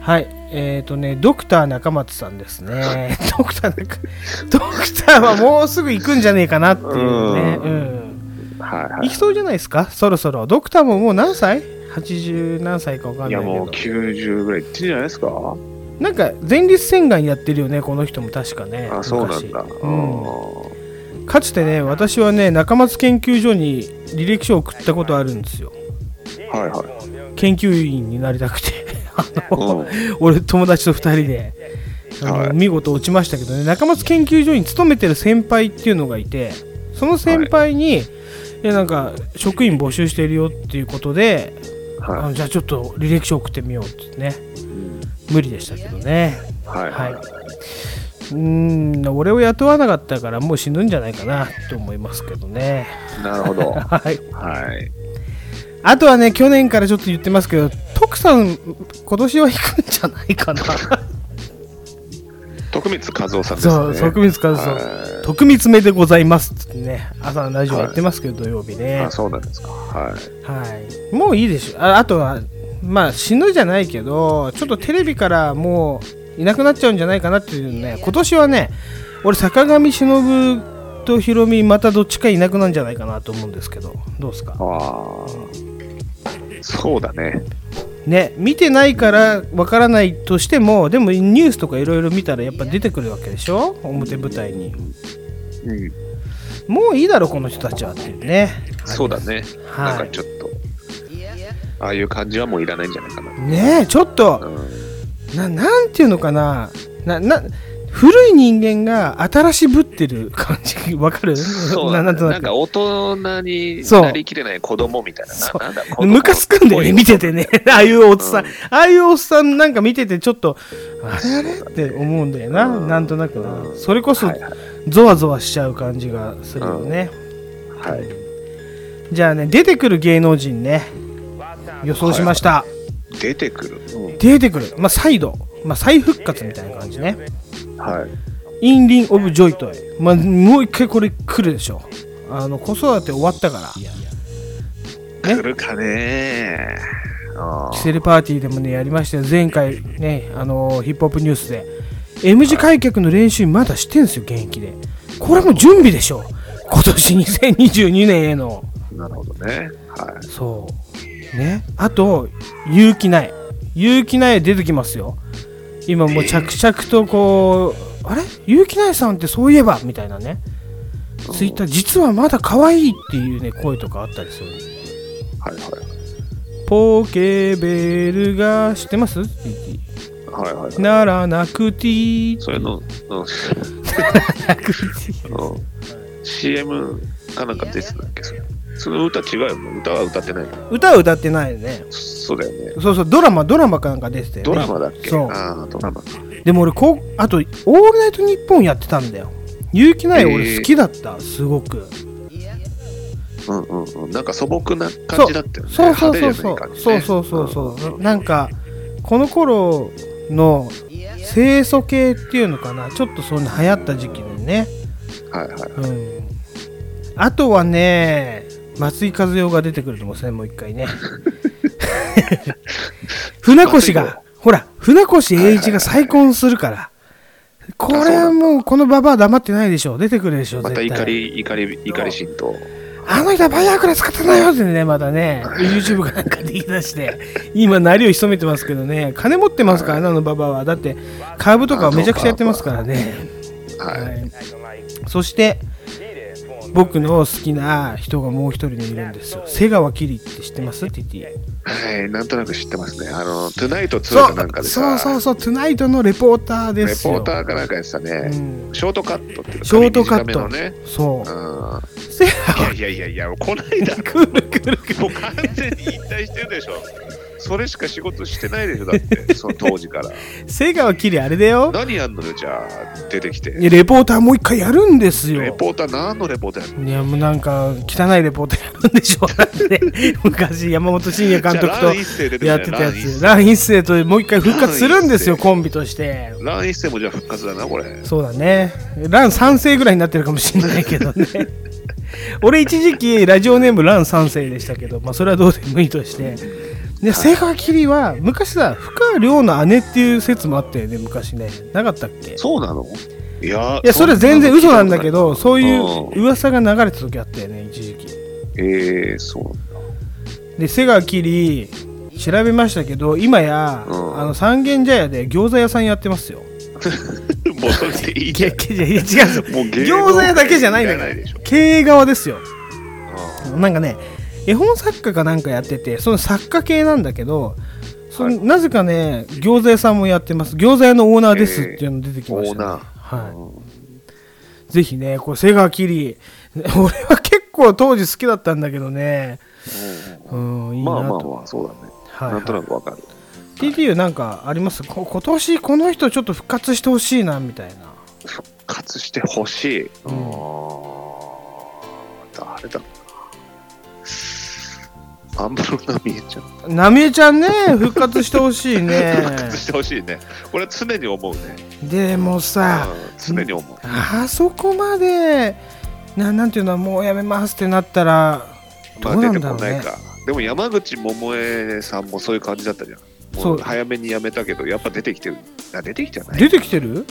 [SPEAKER 1] はいえっ、とねドクター中松さんですねドクター中ドクターはもうすぐ行くんじゃねえかなっていうね
[SPEAKER 5] うん
[SPEAKER 1] うん
[SPEAKER 5] はいは
[SPEAKER 1] 行きそうじゃないですかそろそろドクターももう何歳 ?80 何歳か分か
[SPEAKER 5] い。
[SPEAKER 1] ん
[SPEAKER 5] い
[SPEAKER 1] ない
[SPEAKER 5] や
[SPEAKER 1] け
[SPEAKER 5] も
[SPEAKER 1] ど
[SPEAKER 5] う90ぐらいいってんじゃないですか
[SPEAKER 1] なんか前立腺がんやってるよねこの人も確かね
[SPEAKER 5] あ、そうなんだ。
[SPEAKER 1] 昔
[SPEAKER 5] う
[SPEAKER 1] うん
[SPEAKER 5] ん。
[SPEAKER 1] かつてね私はね中松研究所に履歴書を送ったことあるんですよ
[SPEAKER 5] はいはい。
[SPEAKER 1] 研究員になりたくて あの、
[SPEAKER 5] うん
[SPEAKER 1] 俺友達と2人で、あの
[SPEAKER 5] はい
[SPEAKER 1] 見事落ちましたけどね中松研究所に勤めてる先輩っていうのがいてその先輩に、いやなんか職員募集してるよっていうことであ
[SPEAKER 5] は
[SPEAKER 1] のじゃあちょっと履歴書送ってみようってね
[SPEAKER 5] い。うん
[SPEAKER 1] 無理でしたけどね
[SPEAKER 5] はいはい。
[SPEAKER 1] はいうーん俺を雇わなかったからもう死ぬんじゃないかなと思いますけどね
[SPEAKER 5] なるほど。は
[SPEAKER 1] はい
[SPEAKER 5] い。
[SPEAKER 1] あとはね去年からちょっと言ってますけど徳さん今年は引くんじゃないか な
[SPEAKER 5] 徳光和夫さんですね。
[SPEAKER 1] そう徳光和夫さん
[SPEAKER 5] はい
[SPEAKER 1] 徳光めでございますっつってね朝のラジオやってますけど土曜日ね
[SPEAKER 5] あ、そうなんですか。はい。
[SPEAKER 1] はいもういいでしょああとはまあ死ぬじゃないけどちょっとテレビからもういなくなっちゃうんじゃないかなっていうね今年はね俺坂上忍とヒロミまたどっちかいなくなるんじゃないかなと思うんですけどどうですか
[SPEAKER 5] ああ。そうだね。
[SPEAKER 1] ね見てないからわからないとしてもでもニュースとかいろいろ見たらやっぱ出てくるわけでしょ表舞台に
[SPEAKER 5] うん。
[SPEAKER 1] もういいだろこの人たちはっていうね
[SPEAKER 5] そうだね。
[SPEAKER 1] は
[SPEAKER 5] ないんかちょっと。ああいう感じはもういらないんじゃないかな。
[SPEAKER 1] ねえちょっと
[SPEAKER 5] うん。
[SPEAKER 1] ななんていうのかななな古い人間が新しぶってる感じ わかる
[SPEAKER 5] そう だ
[SPEAKER 1] なな
[SPEAKER 5] ね
[SPEAKER 1] んと
[SPEAKER 5] な
[SPEAKER 1] なんく
[SPEAKER 5] か大人に
[SPEAKER 1] そう
[SPEAKER 5] なりきれない子供みたいな
[SPEAKER 1] そう
[SPEAKER 5] な。なんだ子供
[SPEAKER 1] ムカつくんだよね見ててね ああいうおっさん、ああいうおっさんなんか見ててちょっとあれあれって思うんだよな、
[SPEAKER 5] うん
[SPEAKER 1] なんとなくな、それこそ
[SPEAKER 5] はいはい
[SPEAKER 1] ゾワゾワしちゃう感じがするよね、
[SPEAKER 5] はい。
[SPEAKER 1] じゃあね出てくる芸能人ね予想しました、
[SPEAKER 5] 出てくる。う
[SPEAKER 1] 出てくるまあ再度、まあ、再復活みたいな感じね
[SPEAKER 5] ん。はい。
[SPEAKER 1] インリン・オブ・ジョイトイ、まあ、もう一回これ来るでしょあの子育て終わったからね
[SPEAKER 5] 来るかねあ
[SPEAKER 1] キ
[SPEAKER 5] ー
[SPEAKER 1] セルパーティーでもねやりましたよ前回ねあのヒップホップニュースで M 字開脚の練習まだしてんすよ現役でこれも準備でしょ今年2022年への
[SPEAKER 5] なるほどね。は
[SPEAKER 1] そうねあと勇気ない勇気ない出てきますよ今もう着々とこうあれ勇気ないさんってそういえばみたいなねツイッター実はまだ可愛いっていうね声とかあったりするんですよ
[SPEAKER 5] い。はいはい。
[SPEAKER 1] ポケベルが知ってます
[SPEAKER 5] はいはい、はい。
[SPEAKER 1] ならなくていい
[SPEAKER 5] そういうの、うん。うん、CM かなんか出てたっけそれ。その歌違うよね。歌は歌ってないよね。
[SPEAKER 1] 歌は歌ってないよね
[SPEAKER 5] そうだよね。
[SPEAKER 1] そうそうドラマドラマかなんか出てたよね
[SPEAKER 5] ドラマだっけ
[SPEAKER 1] そう
[SPEAKER 5] ああ、ドラマ。
[SPEAKER 1] でも俺こうあと「オールナイトニッポン」やってたんだよ結城ない俺好きだった、すごく
[SPEAKER 5] うんうんうん。なんか素朴な感じだったよね。
[SPEAKER 1] そうそうそうそ
[SPEAKER 5] 派手
[SPEAKER 1] う
[SPEAKER 5] じゃ
[SPEAKER 1] そうそ
[SPEAKER 5] ない
[SPEAKER 1] う
[SPEAKER 5] 感じね
[SPEAKER 1] そうそうなんかこの頃の清楚系っていうのかなちょっとそういうの流行った時期でね
[SPEAKER 5] うんはいはい。
[SPEAKER 1] うんあとはね松井和代が出てくると思うんですねもう一回ね船越がほら船越英一が再婚するからこれはもうこのババア黙ってないでしょ出てくるでしょ
[SPEAKER 5] ま
[SPEAKER 1] 絶
[SPEAKER 5] た
[SPEAKER 1] 対
[SPEAKER 5] 怒り、怒り、怒り神道。
[SPEAKER 1] あの人はバイアークラ使ってないよってね、またね、YouTube かなんかで言い出して、今、なりを潜めてますけどね、金持ってますからね、あのババアは。だって、株とかをめちゃくちゃやってますからね。
[SPEAKER 5] はい。
[SPEAKER 1] そして、僕の好きな人がもう一人いるんですよ。瀬川きりって知ってますって言って。
[SPEAKER 5] はい、なんとなく知ってますね。あの、トゥナイト2
[SPEAKER 1] そ
[SPEAKER 5] かなんか
[SPEAKER 1] う
[SPEAKER 5] で
[SPEAKER 1] そ
[SPEAKER 5] さ、
[SPEAKER 1] うそうそう、トゥナイトのレポーターで
[SPEAKER 5] レ
[SPEAKER 1] す
[SPEAKER 5] ポ
[SPEAKER 1] よ。
[SPEAKER 5] ーターかなんかやってたね、
[SPEAKER 1] うん
[SPEAKER 5] ショートカットっていうか
[SPEAKER 1] ショートカッ
[SPEAKER 5] 短
[SPEAKER 1] ト。
[SPEAKER 5] めのね。
[SPEAKER 1] そうう。
[SPEAKER 5] ん
[SPEAKER 1] 瀬川
[SPEAKER 5] いやいやいやいや、こないだ、
[SPEAKER 1] くるくるくる。
[SPEAKER 5] もう完全に引退してるでしょ。それしか仕事してないでしょ、だって、その当時から。
[SPEAKER 1] 瀬川きりあれだよ。
[SPEAKER 5] 何やんのよ、じゃあ、出てきて。
[SPEAKER 1] レポーターもう一回やるんですよ。
[SPEAKER 5] レポーター、何のレポーターやんの
[SPEAKER 1] いやもうなんか汚いレポートやるんでしょだって 昔山本慎也監督
[SPEAKER 5] じゃあラン一世
[SPEAKER 1] と
[SPEAKER 5] 出てたよ
[SPEAKER 1] やってたや
[SPEAKER 5] ラン一
[SPEAKER 1] つ
[SPEAKER 5] 世
[SPEAKER 1] ラン一世ともう一回復活するんですよコンビとして
[SPEAKER 5] ラン一世もじゃあ復活だな、これ。
[SPEAKER 1] そうだねラン3世ぐらいになってるかもしれないけ どね俺一時期ラジオネームラン3世でしたけど、まあ、それはどうでもいいとしてで瀬川きりは昔さ深川亮の姉っていう説もあったよね昔ねなかったっけ
[SPEAKER 5] そうなのいや、
[SPEAKER 1] いやそれは全然嘘なんだけどそうい
[SPEAKER 5] うん
[SPEAKER 1] う噂が流れた時あったよね一時期
[SPEAKER 5] ええー、そう
[SPEAKER 1] で瀬川きり調べましたけど今や、
[SPEAKER 5] うん
[SPEAKER 1] あの三軒茶屋で餃子屋さんやってますよ
[SPEAKER 5] なんだ。もうそれでいい
[SPEAKER 1] い
[SPEAKER 5] じゃ
[SPEAKER 1] や
[SPEAKER 5] ん
[SPEAKER 1] い。やいや違うんですよ
[SPEAKER 5] もう芸能
[SPEAKER 1] 餃子屋だけじゃないんだか
[SPEAKER 5] い
[SPEAKER 1] ら
[SPEAKER 5] らないでしょ
[SPEAKER 1] 経営側ですよなんかね絵本作家かなんかやっててその作家系なんだけどその、
[SPEAKER 5] は
[SPEAKER 1] なぜかね餃子屋さんもやってます餃子屋のオーナーですっていうの出てきました、ね
[SPEAKER 5] えーオーナー
[SPEAKER 1] はい、ぜひねこう瀬川きり 俺は結構当時好きだったんだけどねうんいいなと、
[SPEAKER 5] まあまあまあ、そうだね。
[SPEAKER 1] はい
[SPEAKER 5] なんとなくわかる。
[SPEAKER 1] TTU なんかありますこ今年この人ちょっと復活してほしいなみたいな
[SPEAKER 5] 復活してほしい。うーん、誰だろうな。アンブロナミエちゃん。
[SPEAKER 1] 浪江ちゃんね復活してほしいね
[SPEAKER 5] 復活してほしいね。これは常に思うね。
[SPEAKER 1] でもさ
[SPEAKER 5] うん常に思う。
[SPEAKER 1] あそこまでななんていうのもうやめますってなったらど
[SPEAKER 5] ま
[SPEAKER 1] う
[SPEAKER 5] あ
[SPEAKER 1] な
[SPEAKER 5] 出
[SPEAKER 1] ん
[SPEAKER 5] て
[SPEAKER 1] だ
[SPEAKER 5] こ
[SPEAKER 1] ろう
[SPEAKER 5] ない
[SPEAKER 1] ね
[SPEAKER 5] か。でも山口百恵さんもそういう感じだったじゃん。
[SPEAKER 1] そ
[SPEAKER 5] も
[SPEAKER 1] う
[SPEAKER 5] う早めに辞めたけど、やっぱ出てきてる。あ出てきてない。
[SPEAKER 1] 出てきてる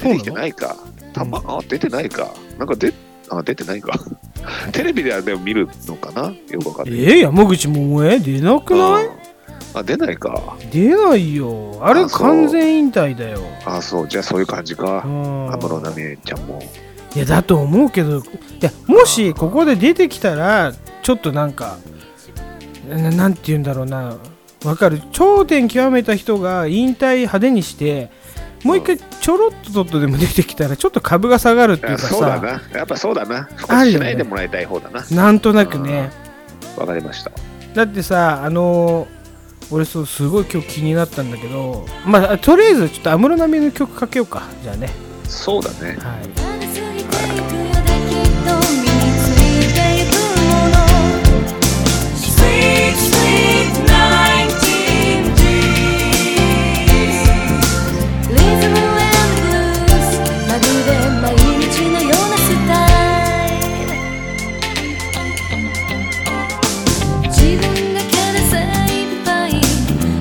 [SPEAKER 5] 出てきて
[SPEAKER 1] い
[SPEAKER 5] ないか。たま、あ、出てないか。なんかで、あ、出てないか。 テレビではでも見るのかなよくわかん
[SPEAKER 1] え
[SPEAKER 5] ない。
[SPEAKER 1] ー、山口百恵出なくない
[SPEAKER 5] うんあ、出ないか。
[SPEAKER 1] 出ないよあれ
[SPEAKER 5] あそう
[SPEAKER 1] 完全引退だよ
[SPEAKER 5] あ、そう。じゃあそういう感じか。
[SPEAKER 1] うん
[SPEAKER 5] 安室奈美恵ちゃんも。
[SPEAKER 1] いやだと思うけどいやもしここで出てきたらちょっとなんかななんて言うんだろうなわかる頂点極めた人が引退派手にしてもう一回ちょろっとちょっとでも出てきたらちょっと株が下がるっていう
[SPEAKER 5] あ
[SPEAKER 1] か
[SPEAKER 5] そうだ
[SPEAKER 1] さ
[SPEAKER 5] な。やっぱそうだな。復
[SPEAKER 1] ある
[SPEAKER 5] 活
[SPEAKER 1] よ
[SPEAKER 5] し
[SPEAKER 1] ね
[SPEAKER 5] ないでもらいたい方だな。
[SPEAKER 1] なんとなくね
[SPEAKER 5] わかりました。
[SPEAKER 1] だってさあのー俺そうすごい今日気になったんだけどまあとりあえずちょっと安室奈美恵の曲かけようかじゃあね
[SPEAKER 5] そうだね。
[SPEAKER 1] はい
[SPEAKER 9] 「きっと身についていくもの」「Sweet Sweet Nineteen G」「リズムアンドブース」「まるで毎日のようなスタイル」自分がからさいっぱい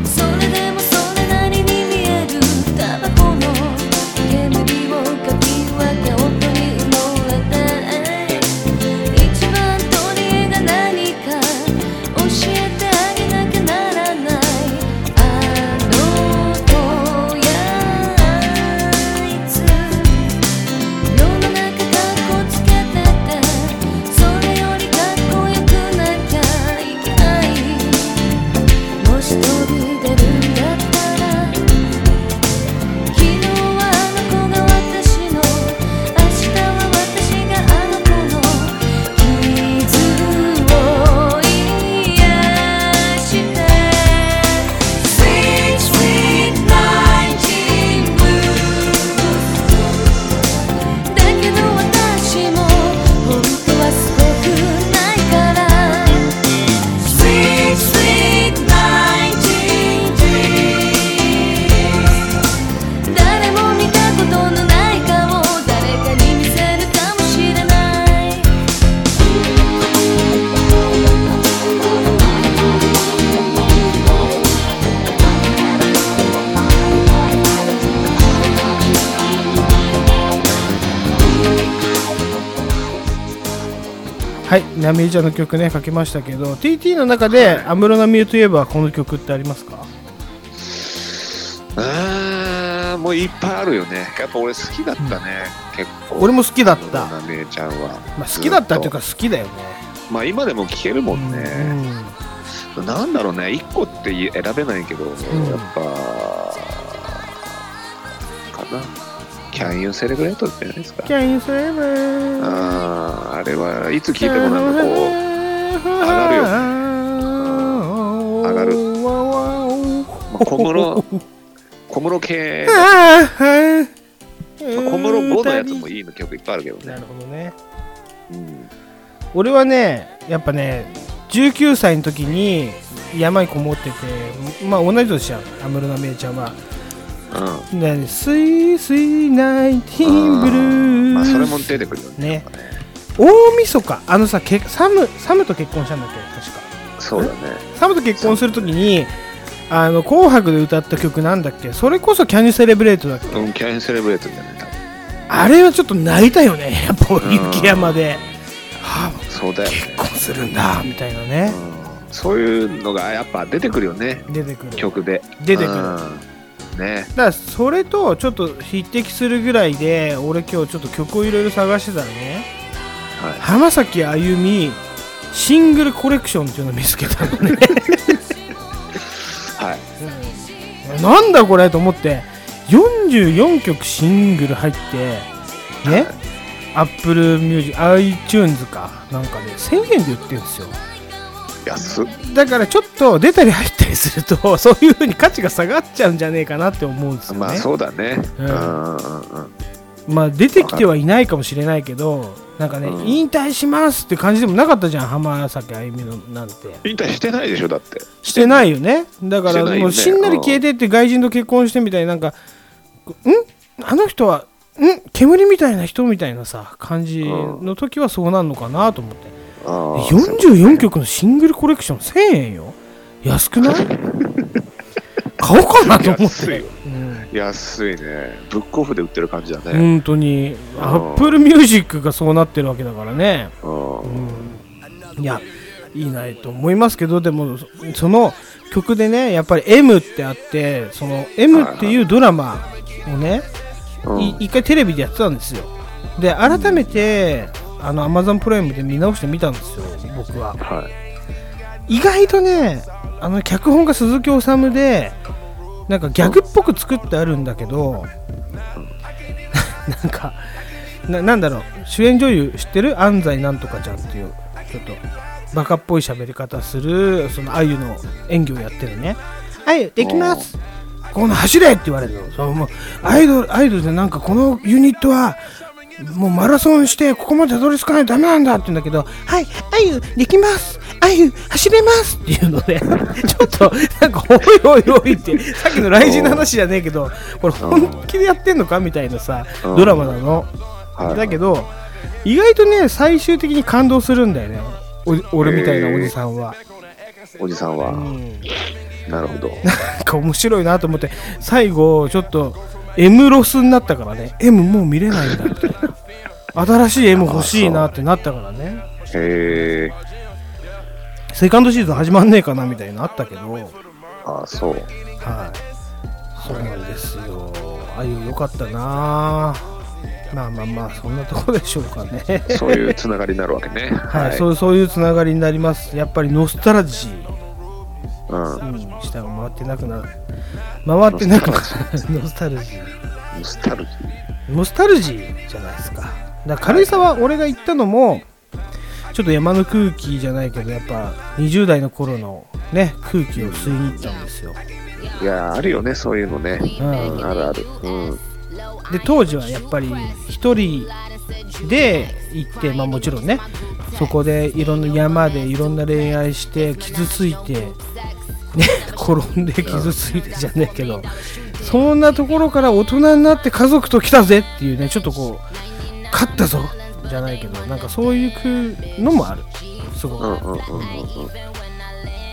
[SPEAKER 9] それでもそれなりに見えるタバコの煙をかき分け同
[SPEAKER 1] はい、ナミエちゃんの曲ね、かけましたけど、TT の中で、安室奈美恵といえばこの曲ってありますか
[SPEAKER 5] あーもういっぱいあるよねやっぱ俺好きだったね、結構
[SPEAKER 1] 俺も好きだった。
[SPEAKER 5] なめちゃんは、
[SPEAKER 1] まあ、好きだったっていうか好きだよね。
[SPEAKER 5] まあ今でも聴けるもんね、なんだろうね1個って選べないけど、やっぱかな「Can You Celebrate」じゃないですか
[SPEAKER 1] Can you say me?
[SPEAKER 5] あーあれはいつ聴いてもなんかこうがる よね上がるまあ小 室小室系、まあ小室5のやつもいいの曲いっぱいあるけど
[SPEAKER 1] な
[SPEAKER 5] ね
[SPEAKER 1] る、ほどね。
[SPEAKER 5] うん、
[SPEAKER 1] 俺はね、やっぱね、19歳の時に山にこもってて、まあ同じ年じゃん、安室奈美恵ちゃんは。
[SPEAKER 5] う
[SPEAKER 1] ね、スイスイナイティーンブル
[SPEAKER 5] ん、
[SPEAKER 1] ー。
[SPEAKER 5] まあそれも出てくるよね
[SPEAKER 1] ね。大晦日あのさけサム、サムと結婚したんだっけ、確か。
[SPEAKER 5] そうだね
[SPEAKER 1] サムと結婚するときに、あの紅白で歌った曲なんだっけ、それこそ Can You Celebrate だっけ。
[SPEAKER 5] うん「Can You Celebrate」じゃない多分
[SPEAKER 1] あれはちょっと泣いたよね、やっぱ俺
[SPEAKER 5] うん
[SPEAKER 1] 雪山で。はあ、
[SPEAKER 5] そうだよね
[SPEAKER 1] 結婚するんだ、みたいなね。
[SPEAKER 5] うんそういうのがやっぱ出てくるよね
[SPEAKER 1] 出てくる。
[SPEAKER 5] 曲で
[SPEAKER 1] 出てくる
[SPEAKER 5] うんね
[SPEAKER 1] だからそれとちょっと匹敵するぐらいで俺今日ちょっと曲をいろいろ探してたらね、
[SPEAKER 5] はい
[SPEAKER 1] 浜崎あゆみシングルコレクションっていうのを見つけたのね
[SPEAKER 5] はい
[SPEAKER 1] なんだこれと思って44曲シングル入ってね Apple MusicITunes かなんかで、1000円で売ってるんですよ
[SPEAKER 5] 安っ
[SPEAKER 1] だからちょっと出たり入ったりすると そういう風に価値が下がっちゃうんじゃねえかなって思うんですよね、
[SPEAKER 5] まあそうだね
[SPEAKER 1] う
[SPEAKER 5] うんんうんうん
[SPEAKER 1] まあ、出てきてはいないかもしれないけど、なんかね、
[SPEAKER 5] うん
[SPEAKER 1] 引退しますって感じでもなかったじゃん、浜崎あゆみのなんて。
[SPEAKER 5] 引退してないでしょだって
[SPEAKER 1] してないよね。だか
[SPEAKER 5] してな
[SPEAKER 1] ら、
[SPEAKER 5] いよね
[SPEAKER 1] もうしんなり消えてって外人と結婚してみたいな、なんか、んあの人は、ん煙みたいな人みたいなさ、感じの時はそうなんのかなと思って。
[SPEAKER 5] あー
[SPEAKER 1] 44曲のシングルコレクション1000円よ。安くない買おうかなと思っ
[SPEAKER 5] 安い
[SPEAKER 1] て
[SPEAKER 5] よ。
[SPEAKER 1] うん
[SPEAKER 5] 安いねブックオフで売ってる感じだね
[SPEAKER 1] 本当に
[SPEAKER 5] ん
[SPEAKER 1] アップルミュージックがそうなってるわけだからね、
[SPEAKER 5] うん
[SPEAKER 1] うん、いやいいなと思いますけどでもそその曲でねやっぱり「M」ってあってその「M」っていうドラマをね
[SPEAKER 5] うん
[SPEAKER 1] い一回テレビでやってたんですよで改めてあの Amazon プライムで見直してみたんですよ僕は
[SPEAKER 5] はい
[SPEAKER 1] 意外とねあの脚本が鈴木治でなんかギャグっぽく作ってあるんだけど、 なんかななんだろう主演女優知ってる安西なんとかちゃんっていうちょっとバカっぽい喋り方するそのあゆの演技をやってるね「あゆできます!」この走れって言われるのそのもうアイドルアイドルでなんかこのユニットはもうマラソンしてここまでたどり着かないとダメなんだって言うんだけど「はいあゆできますあゆ走れます」っていうので ちょっとなんか「おいおいおい」ってさっきの雷神の話じゃねえけどこれ本気でやってんのかみたいなさ
[SPEAKER 5] うん
[SPEAKER 1] ドラマなの
[SPEAKER 5] はい
[SPEAKER 1] だけど意外とね最終的に感動するんだよねお俺みたいなおじさんは、
[SPEAKER 5] おじさんは
[SPEAKER 1] うん
[SPEAKER 5] なるほど
[SPEAKER 1] なんか面白いなと思って最後ちょっと M ロスになったからね M もう見れないんだみたいな新しい M 欲しいなってなったからね
[SPEAKER 5] へえ
[SPEAKER 1] セカンドシーズン始まんねえかなみたいなのあったけどはい
[SPEAKER 5] ああそう
[SPEAKER 1] そうなんですよあゆよかったなまあまあまあそんなとこでしょうかね
[SPEAKER 5] そういうつながりになるわけね
[SPEAKER 1] はい、
[SPEAKER 5] はい
[SPEAKER 1] そうそういうつながりになりますやっぱりノスタルジー
[SPEAKER 5] うん
[SPEAKER 1] うん下が回ってなくなる回ってなくなるノスタルジー
[SPEAKER 5] ノスタルジ
[SPEAKER 1] ノスタルジーじゃないですか。だから軽井沢、俺が行ったのも、ちょっと山の空気じゃないけど、やっぱ20代の頃のね、空気を吸いに行ったんですよ。
[SPEAKER 5] ーいやーあるよねそういうのね
[SPEAKER 1] うん
[SPEAKER 5] うんあるあるうん
[SPEAKER 1] で、当時はやっぱり一人で行って、まあもちろんね、そこでいろんな山でいろんな恋愛して、傷ついて、ね、 転んで傷ついてじゃねえけど、そんなところから大人になって家族と来たぜっていうね、ちょっとこう、勝ったぞじゃないけど、なんかそういうのもある。すごく。
[SPEAKER 5] うんうんうんうんうん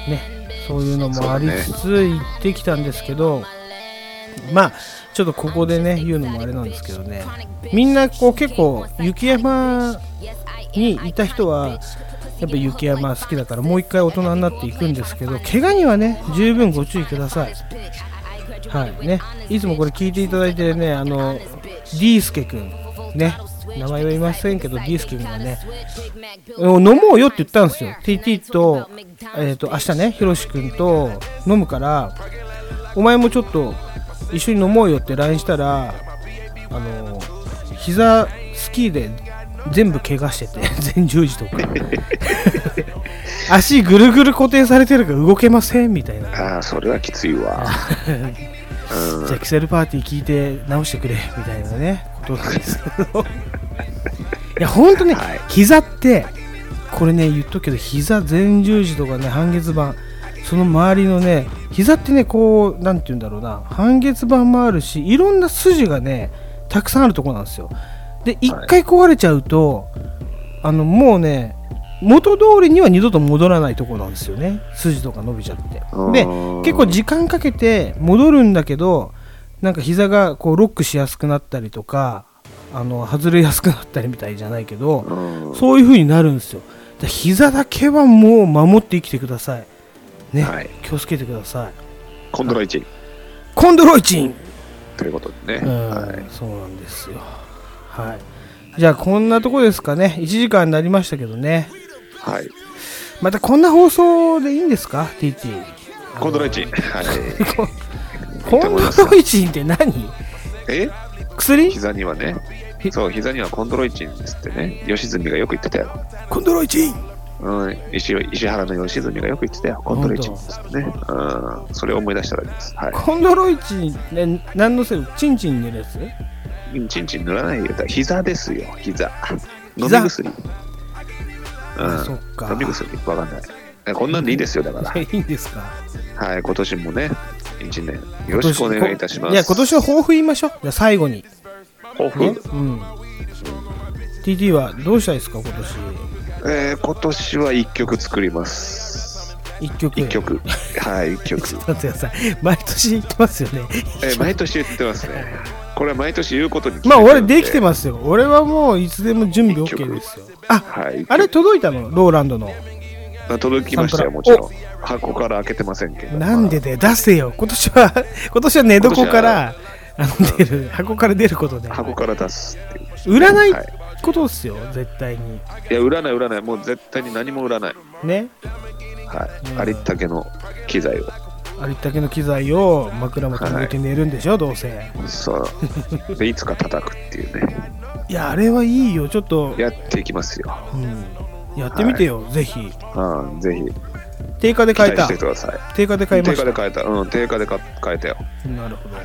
[SPEAKER 1] ね、そういうのもありつつ行ってきたんですけど、まあちょっとここでね言うのもあれなんですけどねみんなこう結構雪山にいた人はやっぱ雪山好きだからもう一回大人になっていくんですけど怪我にはね十分ご注意くださいはいねいつもこれ聞いていただいてるねあの D スケくんね名前は言いませんけど D スケくんがねお飲もうよって言ったんですよ TT と,、えー、と明日ねひろしくんと飲むからお前もちょっと一緒に飲もうよって LINE したらあの膝スキーで全部怪我して て前十字とか足ぐるぐる固定されてるから動けませんみたいな
[SPEAKER 5] ああ、それはきついわ。
[SPEAKER 1] じゃあキセルパーティー聞いて直してくれみたいなねことなんですけ どいや本当ね、
[SPEAKER 5] はい
[SPEAKER 1] 膝ってこれね言っとくけど膝前十字とかね半月板その周りのね膝ってねこうなんて言うんだろうな半月板もあるしいろんな筋がねたくさんあるところなんですよで一回壊れちゃうと、あのもうね元通りには二度と戻らないところなんですよね筋とか伸びちゃってで
[SPEAKER 5] うん
[SPEAKER 1] 結構時間かけて戻るんだけどなんか膝がこうロックしやすくなったりとかあの外れやすくなったりみたいじゃないけど、
[SPEAKER 5] うん
[SPEAKER 1] そういう風になるんですよで膝だけはもう守って生きてくださいね、
[SPEAKER 5] はい
[SPEAKER 1] 気をつけてください
[SPEAKER 5] コンドライチン
[SPEAKER 1] コンドロイチン
[SPEAKER 5] ということでね。
[SPEAKER 1] うん
[SPEAKER 5] はい
[SPEAKER 1] そうなんですよはいじゃあこんなとこですかね1時間になりましたけどね
[SPEAKER 5] はい。
[SPEAKER 1] またこんな放送でいいんですか TT
[SPEAKER 5] コンドライチン。はい。
[SPEAKER 1] コンドロイチンって何
[SPEAKER 5] え
[SPEAKER 1] 薬
[SPEAKER 5] 膝にはね。そう、膝にはコンドロイチンっつってね。吉住がよく言ってたよ。
[SPEAKER 10] コンドロイチン
[SPEAKER 5] うん、石石原の吉住がよく言ってたよ。コンドロイチンっつってね。うん、それを思い出しただけです。はい。
[SPEAKER 1] コンドロイチン、ね、何のせいチンチン塗るやつ
[SPEAKER 5] うんチンチン塗らないで膝ですよ、膝。飲み薬。うん、
[SPEAKER 1] そっか
[SPEAKER 5] 飲み薬、わかんないえ。こんなんでいいですよ、だから。
[SPEAKER 1] いいんですか
[SPEAKER 5] はい、今年もね、一年、よろしくお願いいたします。
[SPEAKER 1] いや今年は抱負言いましょうじゃあ最後に
[SPEAKER 5] 抱負、
[SPEAKER 1] うん TT はどうしたいですか今年
[SPEAKER 5] えー今年は一曲作ります。
[SPEAKER 1] 一曲
[SPEAKER 5] 一曲。はい、一曲。
[SPEAKER 1] ちょっと待ってください毎年言ってますよね
[SPEAKER 5] えー毎年言ってます ね。これは毎年言うことに
[SPEAKER 1] まあ俺できて
[SPEAKER 5] す。
[SPEAKER 1] ますよ俺はもういつでも準備
[SPEAKER 5] 一曲
[SPEAKER 1] OK ですよあ
[SPEAKER 5] はい。
[SPEAKER 1] あれ届いたのローランドの
[SPEAKER 5] 届きましたよ、もちろん。箱から開けてませんけど。
[SPEAKER 1] なんでだよ出せよ今年は 今年は寝床からあの出る箱から出ることで
[SPEAKER 5] まあ箱から出すっていう。
[SPEAKER 1] 売らない
[SPEAKER 5] はい
[SPEAKER 1] ことっすよ絶対に
[SPEAKER 5] いや、売らない、売らない。もう絶対に何も売らない。
[SPEAKER 1] ね
[SPEAKER 5] はい、
[SPEAKER 1] うん
[SPEAKER 5] ありったけの機材を
[SPEAKER 1] ありったけの機材を枕元に入れて寝るんでしょ、どうせ
[SPEAKER 5] そ うでいつか叩くっていうね
[SPEAKER 1] いやあれはいいよちょっとや,、
[SPEAKER 5] やっていきますよ、
[SPEAKER 1] うん、やってみてよ、ぜひ
[SPEAKER 5] うん、ぜひ
[SPEAKER 1] 定価で
[SPEAKER 5] 期
[SPEAKER 1] 買え
[SPEAKER 5] 待
[SPEAKER 1] た
[SPEAKER 5] してください
[SPEAKER 1] 定価で買いま
[SPEAKER 5] 定
[SPEAKER 1] し
[SPEAKER 5] 価で
[SPEAKER 1] た
[SPEAKER 5] 買えたうん定価で買買えたよ
[SPEAKER 1] なるほど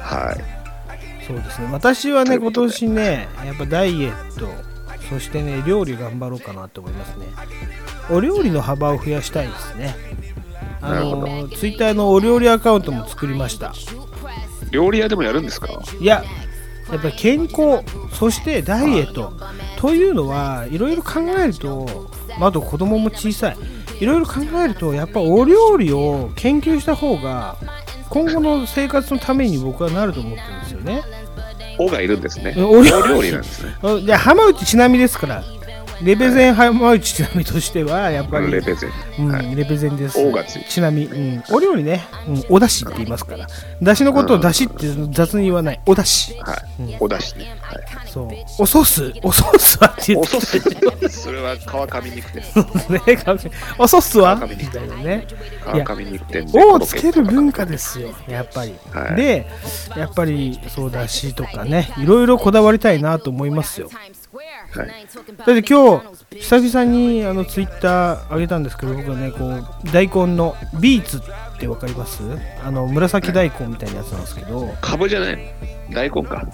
[SPEAKER 5] はい
[SPEAKER 1] そうですね私は
[SPEAKER 5] とい
[SPEAKER 1] ね
[SPEAKER 5] うこ
[SPEAKER 1] 今
[SPEAKER 5] とで
[SPEAKER 1] 年ねやっぱダイエットそしてね料理頑張ろうかなと思いますねお料理の幅を増やしたいですねあ
[SPEAKER 5] な
[SPEAKER 1] のツイッターのお料理アカウントも作りました
[SPEAKER 5] 料理屋でもやるんですか
[SPEAKER 1] いややっぱり健康そしてダイエットというのはいろいろ考えるとまああと子供も小さいいろいろ考えるとやっぱお料理を研究した方が今後の生活のために僕はなると思ってるんですよね
[SPEAKER 5] 「お」がいるんですね
[SPEAKER 1] えお料理
[SPEAKER 5] 料理なんですね
[SPEAKER 1] あじゃあ浜内ちなみですからレベゼン浜内ちなみとしてはやっぱり、
[SPEAKER 5] レペゼン
[SPEAKER 1] うん
[SPEAKER 5] はい
[SPEAKER 1] レベゼンです
[SPEAKER 5] 王がつい
[SPEAKER 1] ちなみ、うん、お料理ね、うん、おだしって言いますからだしのことをだしって雑に言わないおだし
[SPEAKER 5] はい、お出し ね、はい、
[SPEAKER 1] そうおソースおソースはって言
[SPEAKER 5] お
[SPEAKER 1] って
[SPEAKER 5] ソースそれは川上肉店
[SPEAKER 1] ねかもしれない おソースは
[SPEAKER 5] 川上
[SPEAKER 1] みたいなねいや
[SPEAKER 5] 川上肉店で
[SPEAKER 1] おを
[SPEAKER 5] コロ
[SPEAKER 1] つ
[SPEAKER 5] ッ
[SPEAKER 1] け
[SPEAKER 5] ケ
[SPEAKER 1] る文化ですよやっぱり、
[SPEAKER 5] はい
[SPEAKER 1] でやっぱりそうだしとかねいろいろこだわりたいなと思いますよ
[SPEAKER 5] はい、
[SPEAKER 1] だって今日久々にあのツイッター上げたんですけど僕はねこう大根のビーツってわかりますあの紫大根みたいなやつなんですけど
[SPEAKER 5] かぶじゃない大根か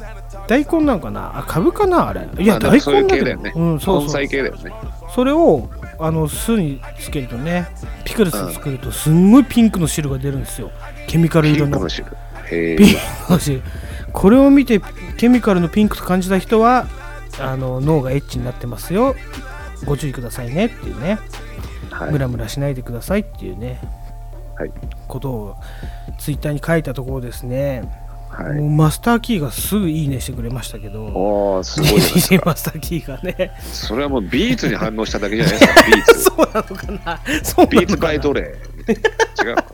[SPEAKER 1] 大根なんかなあ株かなあれいや
[SPEAKER 5] まあでも
[SPEAKER 1] 大
[SPEAKER 5] そう
[SPEAKER 1] 根
[SPEAKER 5] いう
[SPEAKER 1] だ
[SPEAKER 5] 系
[SPEAKER 1] け
[SPEAKER 5] だ
[SPEAKER 1] ど
[SPEAKER 5] よね、
[SPEAKER 1] うんそうそ
[SPEAKER 5] 根
[SPEAKER 1] う
[SPEAKER 5] 菜系だよね
[SPEAKER 1] それをあの 酢につけるとねピクルス作るとすんごいピンクの汁が出るんですよケミカル
[SPEAKER 5] ピ
[SPEAKER 1] 色
[SPEAKER 5] ンク
[SPEAKER 1] の
[SPEAKER 5] の汁へえ
[SPEAKER 1] ピンクの汁これを見てケミカルのピンクと感じた人はあの脳がエッチになってますよご注意くださいねっていうね
[SPEAKER 5] はい
[SPEAKER 1] ムラムラしないでくださいっていうね、
[SPEAKER 5] はい
[SPEAKER 1] ことをツイッターに書いたところですね
[SPEAKER 5] はい
[SPEAKER 1] もうマスターキーがすぐいいねしてくれましたけ ど、
[SPEAKER 5] おーすごいじゃないですか
[SPEAKER 1] マスターキーがね、
[SPEAKER 5] それはもうビーツに反応しただけじゃないですかビー ツ
[SPEAKER 1] そうなのかな、そう
[SPEAKER 5] ビ
[SPEAKER 1] な
[SPEAKER 5] ーツ
[SPEAKER 1] のか
[SPEAKER 5] バイ
[SPEAKER 1] な、
[SPEAKER 5] 奴隷違うのか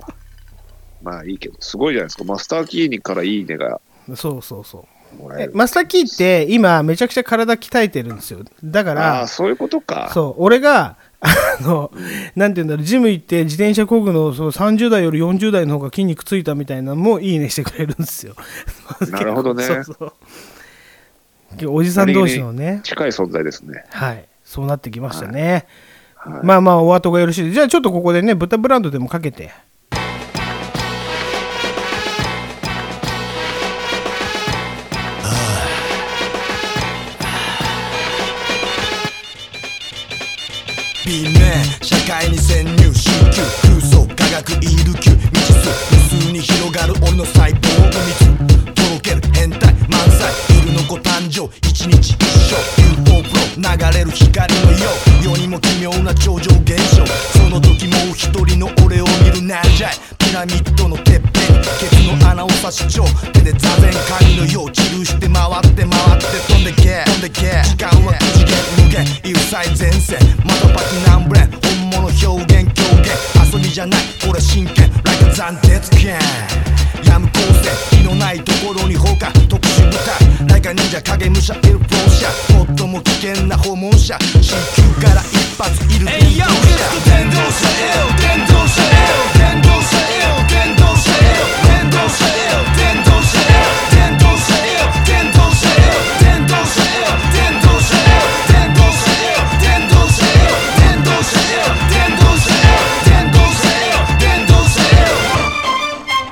[SPEAKER 5] まあいいけどすごいじゃないですかマスターキーニからいいねが
[SPEAKER 1] そうそうそう。
[SPEAKER 5] もらえ
[SPEAKER 1] え
[SPEAKER 5] る
[SPEAKER 1] マスターキーって今めちゃくちゃ体鍛えてるんですよだか
[SPEAKER 5] ああー
[SPEAKER 1] ら
[SPEAKER 5] そういうことか
[SPEAKER 1] そう俺があのなんて言うんだろうジム行って自転車こぐのそう30代より40代の方が筋肉ついたみたいなのもいいねしてくれるんですよ
[SPEAKER 5] なるほどね
[SPEAKER 1] そうそう結構おじさん同士のね
[SPEAKER 5] 近い存在ですね
[SPEAKER 1] はいそうなってきましたね、まあまあお後がよろしいですじゃあちょっとここでね豚ブランドでもかけて
[SPEAKER 7] ビン社会に潜入集中空想科学イール級未知数無数に広がる俺の細胞の密とろける変態満載イルの子誕生一日一生 UFO プロ流れる光のよう世にも奇妙な超常現象その時もう一人の俺を見るなんじゃいピラミッドのてっぺんケツの穴を刺しちょう手で座禅神のよう散るして回って回って飛んでけ飛んでけ時間は無次元無限一切前線またパキナンブレン本物表現狂言遊びじゃない俺は真剣 Like a 残鉄剣やむ構成火のないところに放火特殊部隊 Like a 忍者影武者イルフォーシャ最も危険な訪問者 C 級から一発いる伝道者伝道者伝道者伝道者伝道者伝道者伝道者伝道者伝道者伝道者伝道者伝道者伝道者伝道者伝道者伝道者伝道者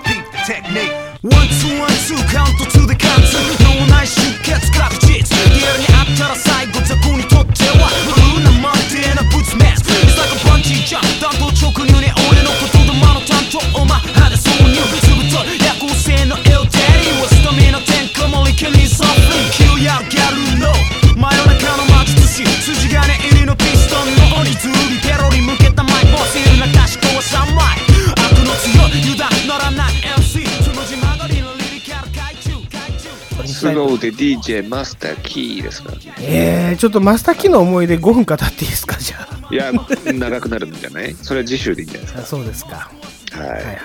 [SPEAKER 7] beat the technique. One, two, one, two, count to two, the count to no one I shoot gets got jits. Yeah, and I'm trying to side go to Guni to Tewa. Luna Monte and a boots mask. It's like a bungee jump. Don't go choke on you, only no control the mono time to oh my how to soon you. Subuto, Yaku say no ill daddy. What's the mean of ten? Come on, kill me softly. Kill ya, galu no. 真夜中の魔術師筋金入りのピストンの鬼ずるりテロに向けたマイボスいる中思考3枚悪の強い油断乗らない MC つむじ曲がりのリリカル海中海中
[SPEAKER 5] スローで DJ マスターキーですからね
[SPEAKER 1] えー、ちょっとマスターキーの思い出5分語っていいですかじゃあ
[SPEAKER 5] いや長くなるんじゃないそれは次週でいいんじゃないで
[SPEAKER 1] あそうですか
[SPEAKER 5] すかはい、
[SPEAKER 1] はいはいはい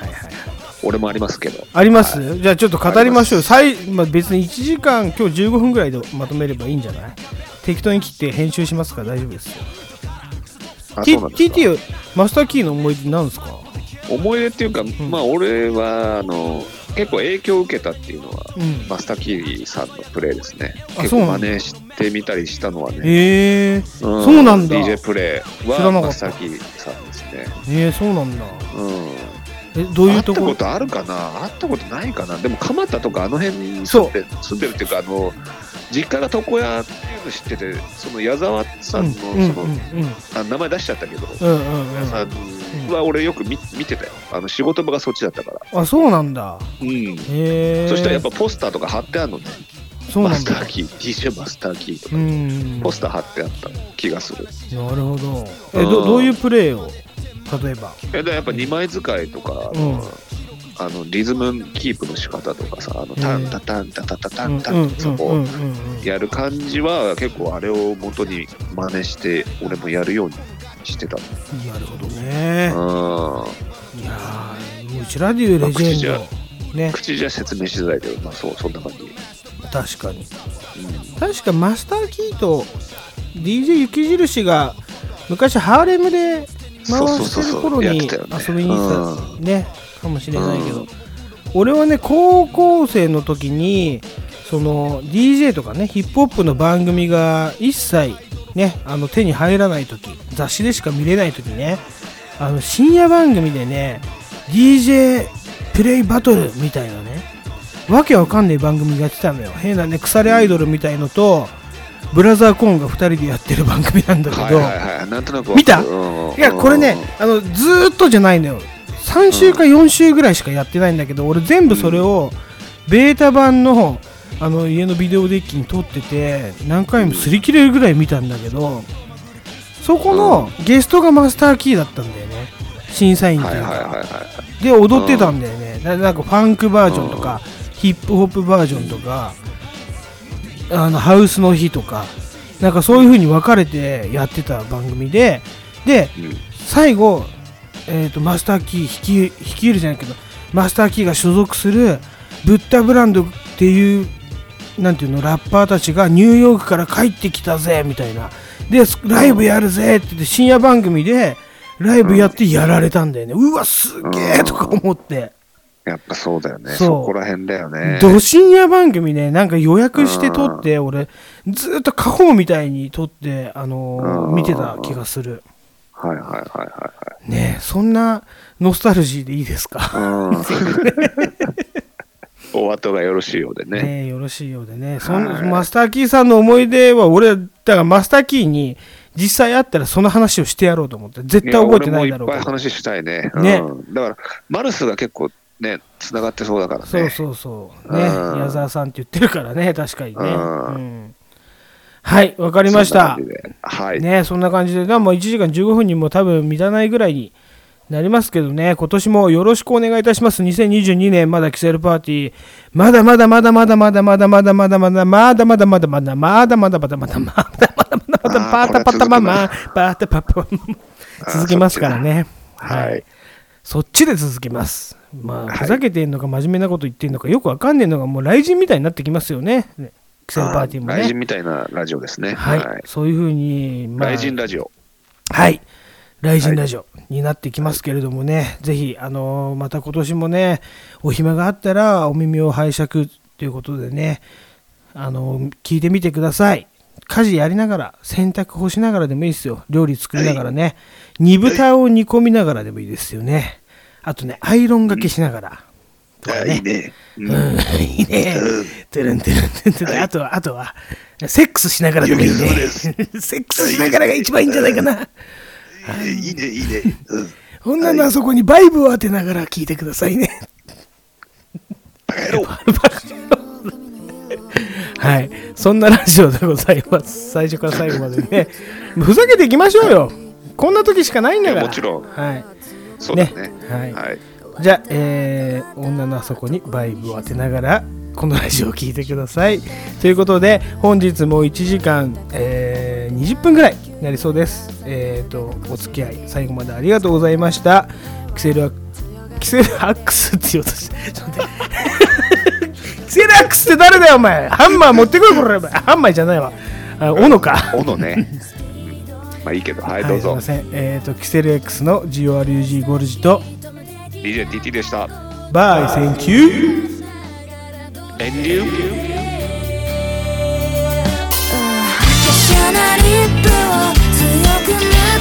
[SPEAKER 5] 俺もありますけど
[SPEAKER 1] あります、じゃあちょっと語りましょう最、まあ、別に1時間今日15分ぐらいでまとめればいいんじゃない適当に切って編集しますから大丈夫ですよ
[SPEAKER 5] あ
[SPEAKER 1] T-
[SPEAKER 5] そうなんですか
[SPEAKER 1] TT マスターキーの思い出なんですか
[SPEAKER 5] 思い出っていうか、まあ俺はあの結構影響を受けたっていうのは、
[SPEAKER 1] うん
[SPEAKER 5] マスターキーさんのプレーですね
[SPEAKER 1] あ
[SPEAKER 5] 結
[SPEAKER 1] そう
[SPEAKER 5] 構
[SPEAKER 1] なんだ
[SPEAKER 5] 真似してみたりしたのはね、
[SPEAKER 1] ええー、
[SPEAKER 5] ん
[SPEAKER 1] そうなんだ
[SPEAKER 5] DJ プレイ
[SPEAKER 1] 知ら
[SPEAKER 5] は
[SPEAKER 1] なかった
[SPEAKER 5] マスターキーさんですね
[SPEAKER 1] えー、そうなんだ
[SPEAKER 5] うん
[SPEAKER 1] えどうい
[SPEAKER 5] 会
[SPEAKER 1] う
[SPEAKER 5] った
[SPEAKER 1] とこ
[SPEAKER 5] ことあるかな会ったことないかなでも蒲田とかあの辺に
[SPEAKER 1] そ
[SPEAKER 5] 住
[SPEAKER 1] うん
[SPEAKER 5] で住んでるっていうかあの実家が床屋っていうの知っててその矢沢さ
[SPEAKER 1] うんん
[SPEAKER 5] の
[SPEAKER 1] う
[SPEAKER 5] そ
[SPEAKER 1] んうん
[SPEAKER 5] の、あ名前出しちゃったけど、
[SPEAKER 1] うんうんうんうん
[SPEAKER 5] さんは俺よく見見てたよあの仕事場がそっちだったから
[SPEAKER 1] あそうなんだ
[SPEAKER 5] うん
[SPEAKER 1] ええー、
[SPEAKER 5] そしたらやっぱポスターとか貼ってあるのね、
[SPEAKER 1] そう
[SPEAKER 5] マ
[SPEAKER 1] なん
[SPEAKER 5] スター
[SPEAKER 1] だ
[SPEAKER 5] キー、DJ マスターキーと
[SPEAKER 1] う
[SPEAKER 5] か、
[SPEAKER 1] んな
[SPEAKER 5] ポ
[SPEAKER 1] る
[SPEAKER 5] スター貼ってあった気がする。
[SPEAKER 1] ほどえどどういうプレーを例えば
[SPEAKER 5] えでやっぱ2枚使いとか、
[SPEAKER 1] うん
[SPEAKER 5] あのリズムキープの仕方とかさ、あのタンタタンタタタタ
[SPEAKER 1] うん
[SPEAKER 5] ン
[SPEAKER 1] う
[SPEAKER 5] タ
[SPEAKER 1] ん
[SPEAKER 5] ン
[SPEAKER 1] うん
[SPEAKER 5] そこ
[SPEAKER 1] う
[SPEAKER 5] を
[SPEAKER 1] んうん
[SPEAKER 5] やる感じは結構あれを元に真似して、俺もやるようにしてた。
[SPEAKER 1] なるほどね。
[SPEAKER 5] うん
[SPEAKER 1] いやー、もううちらでいうレジ
[SPEAKER 5] 口じ
[SPEAKER 1] ェ
[SPEAKER 5] ゃ
[SPEAKER 1] ンド。ね、
[SPEAKER 5] 口じゃ説明しづらいけど、まあそう、そんな感じ。
[SPEAKER 1] 確かに。確かマスターキーと DJ 雪印が昔ハーレムで回してる頃に
[SPEAKER 5] そうそうそうそうや
[SPEAKER 1] 遊
[SPEAKER 5] っ
[SPEAKER 1] び
[SPEAKER 5] て
[SPEAKER 1] に
[SPEAKER 5] たよね
[SPEAKER 1] 行ってたね、かもしれないけ
[SPEAKER 5] う
[SPEAKER 1] ど
[SPEAKER 5] ん。
[SPEAKER 1] 俺はね、高校生の時に、その DJ とかね、ヒップホップの番組が一切ね、あの手に入らない時、雑誌でしか見れない時ね、あの深夜番組でね、DJ プレイバトルみたいなね、わけわかんない番組がやってたのよ変なね腐れアイドルみたいのとブラザーコーンが2人でやってる番組なんだけど、
[SPEAKER 5] はいはいはい、なんとなくわかる
[SPEAKER 1] 見た
[SPEAKER 5] うん
[SPEAKER 1] いやこれねあのずーっとじゃないのよ3週か4週ぐらいしかやってないんだけど俺全部それをベータ版のあの家のビデオデッキに撮ってて何回も擦り切れるぐらい見たんだけどそこのゲストがマスターキーだったんだよね審査員って
[SPEAKER 5] はいいうはい
[SPEAKER 1] か
[SPEAKER 5] はいはい。
[SPEAKER 1] で踊ってたんだよねななんかファンクバージョンとか、ヒップホップバージョンとかあのハウスの日とかなんかそういう風に分かれてやってた番組でで最後、えー、とマスターキー率い率いるじゃないけどマスターキーが所属するブッダブランドっていうなんていうのラッパーたちがニューヨークから帰ってきたぜみたいなでライブやるぜって言って深夜番組でライブやってやられたんだよね、うわすげえとか思って、
[SPEAKER 5] やっぱそうだよね。
[SPEAKER 1] そう
[SPEAKER 5] そこら辺だよね。
[SPEAKER 1] ど深夜番組ねなんか予約して撮って俺ずっと家宝みたいに撮ってあのー
[SPEAKER 5] うん
[SPEAKER 1] 見てた気がする
[SPEAKER 5] はいはいはいは
[SPEAKER 1] ねえそんなノスタルジーでいいですか
[SPEAKER 5] いはい。うん。 お後がよろしいようでね。
[SPEAKER 1] ねえよろしいようでねそんマスターキーさんの思い出は俺だからマスターキーに実際会ったらその話をしてやろうと思って絶対覚えてないだろうけど
[SPEAKER 5] や俺もいっぱい話したいね。
[SPEAKER 1] ね
[SPEAKER 5] うん、だから、マルスが結構ね、つながってそうだからね。
[SPEAKER 1] そうそうそうね
[SPEAKER 5] うん
[SPEAKER 1] 矢沢さんって言ってるからね確かにねう
[SPEAKER 5] うん
[SPEAKER 1] んはいわかりまし
[SPEAKER 5] そん
[SPEAKER 1] た
[SPEAKER 5] な感じではい。
[SPEAKER 1] ね、そんな感じで、でも1時間15分にも多分満たないぐらいになりますけどね、今年もよろしくお願いいたします。2022年、まだキセルパーティー、まだまだまだまだまだまだまだまだまだまだまだまだまだまだまだまだまだまだまだまだまだまだパタパタママパタパタ続きますからね。
[SPEAKER 5] はい。
[SPEAKER 1] そっちで続きます。まあ、ふざけてんのか真面目なこと言ってんのかよくわかんねえのがもう雷神みたいになってきますよね。ねキセルパーティーも
[SPEAKER 5] 雷神
[SPEAKER 1] ね。
[SPEAKER 5] みたいなラジオですね。
[SPEAKER 1] はい、そういうふうに、まあ
[SPEAKER 5] 雷神ラジオ。
[SPEAKER 1] はい。雷神ラジオになってきますけれどもね、ぜひ、あのーまた今年もね、お暇があったらお耳を拝借ということでね、あのー聞いてみてください。家事やりながら、洗濯干しながらでもいいですよ。料理作りながらね。煮豚を煮込みながらでもいいですよね。あとね、アイロンがけしながら。
[SPEAKER 5] あいいね。
[SPEAKER 1] うん、いいね。てるんてるんてるんてるん。あとは、あとは、セックスしながらでもいいね。 セックスしながらが一番いいんじゃないかな。
[SPEAKER 5] いいね、いいね。 うん。
[SPEAKER 10] 女のあそこにバイブを当てながら聞いてくださいね。
[SPEAKER 1] はい、そんなラジオでございます。最初から最後までね、ふざけていきましょうよ。こんな時しかないんだから。
[SPEAKER 5] いやもちろん
[SPEAKER 1] はい。
[SPEAKER 5] そうだね。
[SPEAKER 1] ねはい
[SPEAKER 5] はい。
[SPEAKER 1] じゃあ、えー女のあそこにバイブを当てながら、このラジオを聞いてください。ということで、本日も1時間、えー20分ぐらいになりそうです。えっ、と、お付き合い、最後までありがとうございました。キセルアキセルアックスって言おうとして、ちょっと待って。キセルアックスって誰だよ、お前。ハンマー持ってこい、これ。お前ハンマーじゃないわ。あ斧か。
[SPEAKER 5] 斧 ね。まあいいけど、はい、
[SPEAKER 1] は
[SPEAKER 5] ど
[SPEAKER 1] いうすい
[SPEAKER 5] ぞ
[SPEAKER 1] ま。せん。えっ、と、キセル X の GORUG ゴルジと、
[SPEAKER 5] DJTT でした。
[SPEAKER 1] バイ、センキュー。
[SPEAKER 5] エンデュー
[SPEAKER 9] 華奢なリップを強くな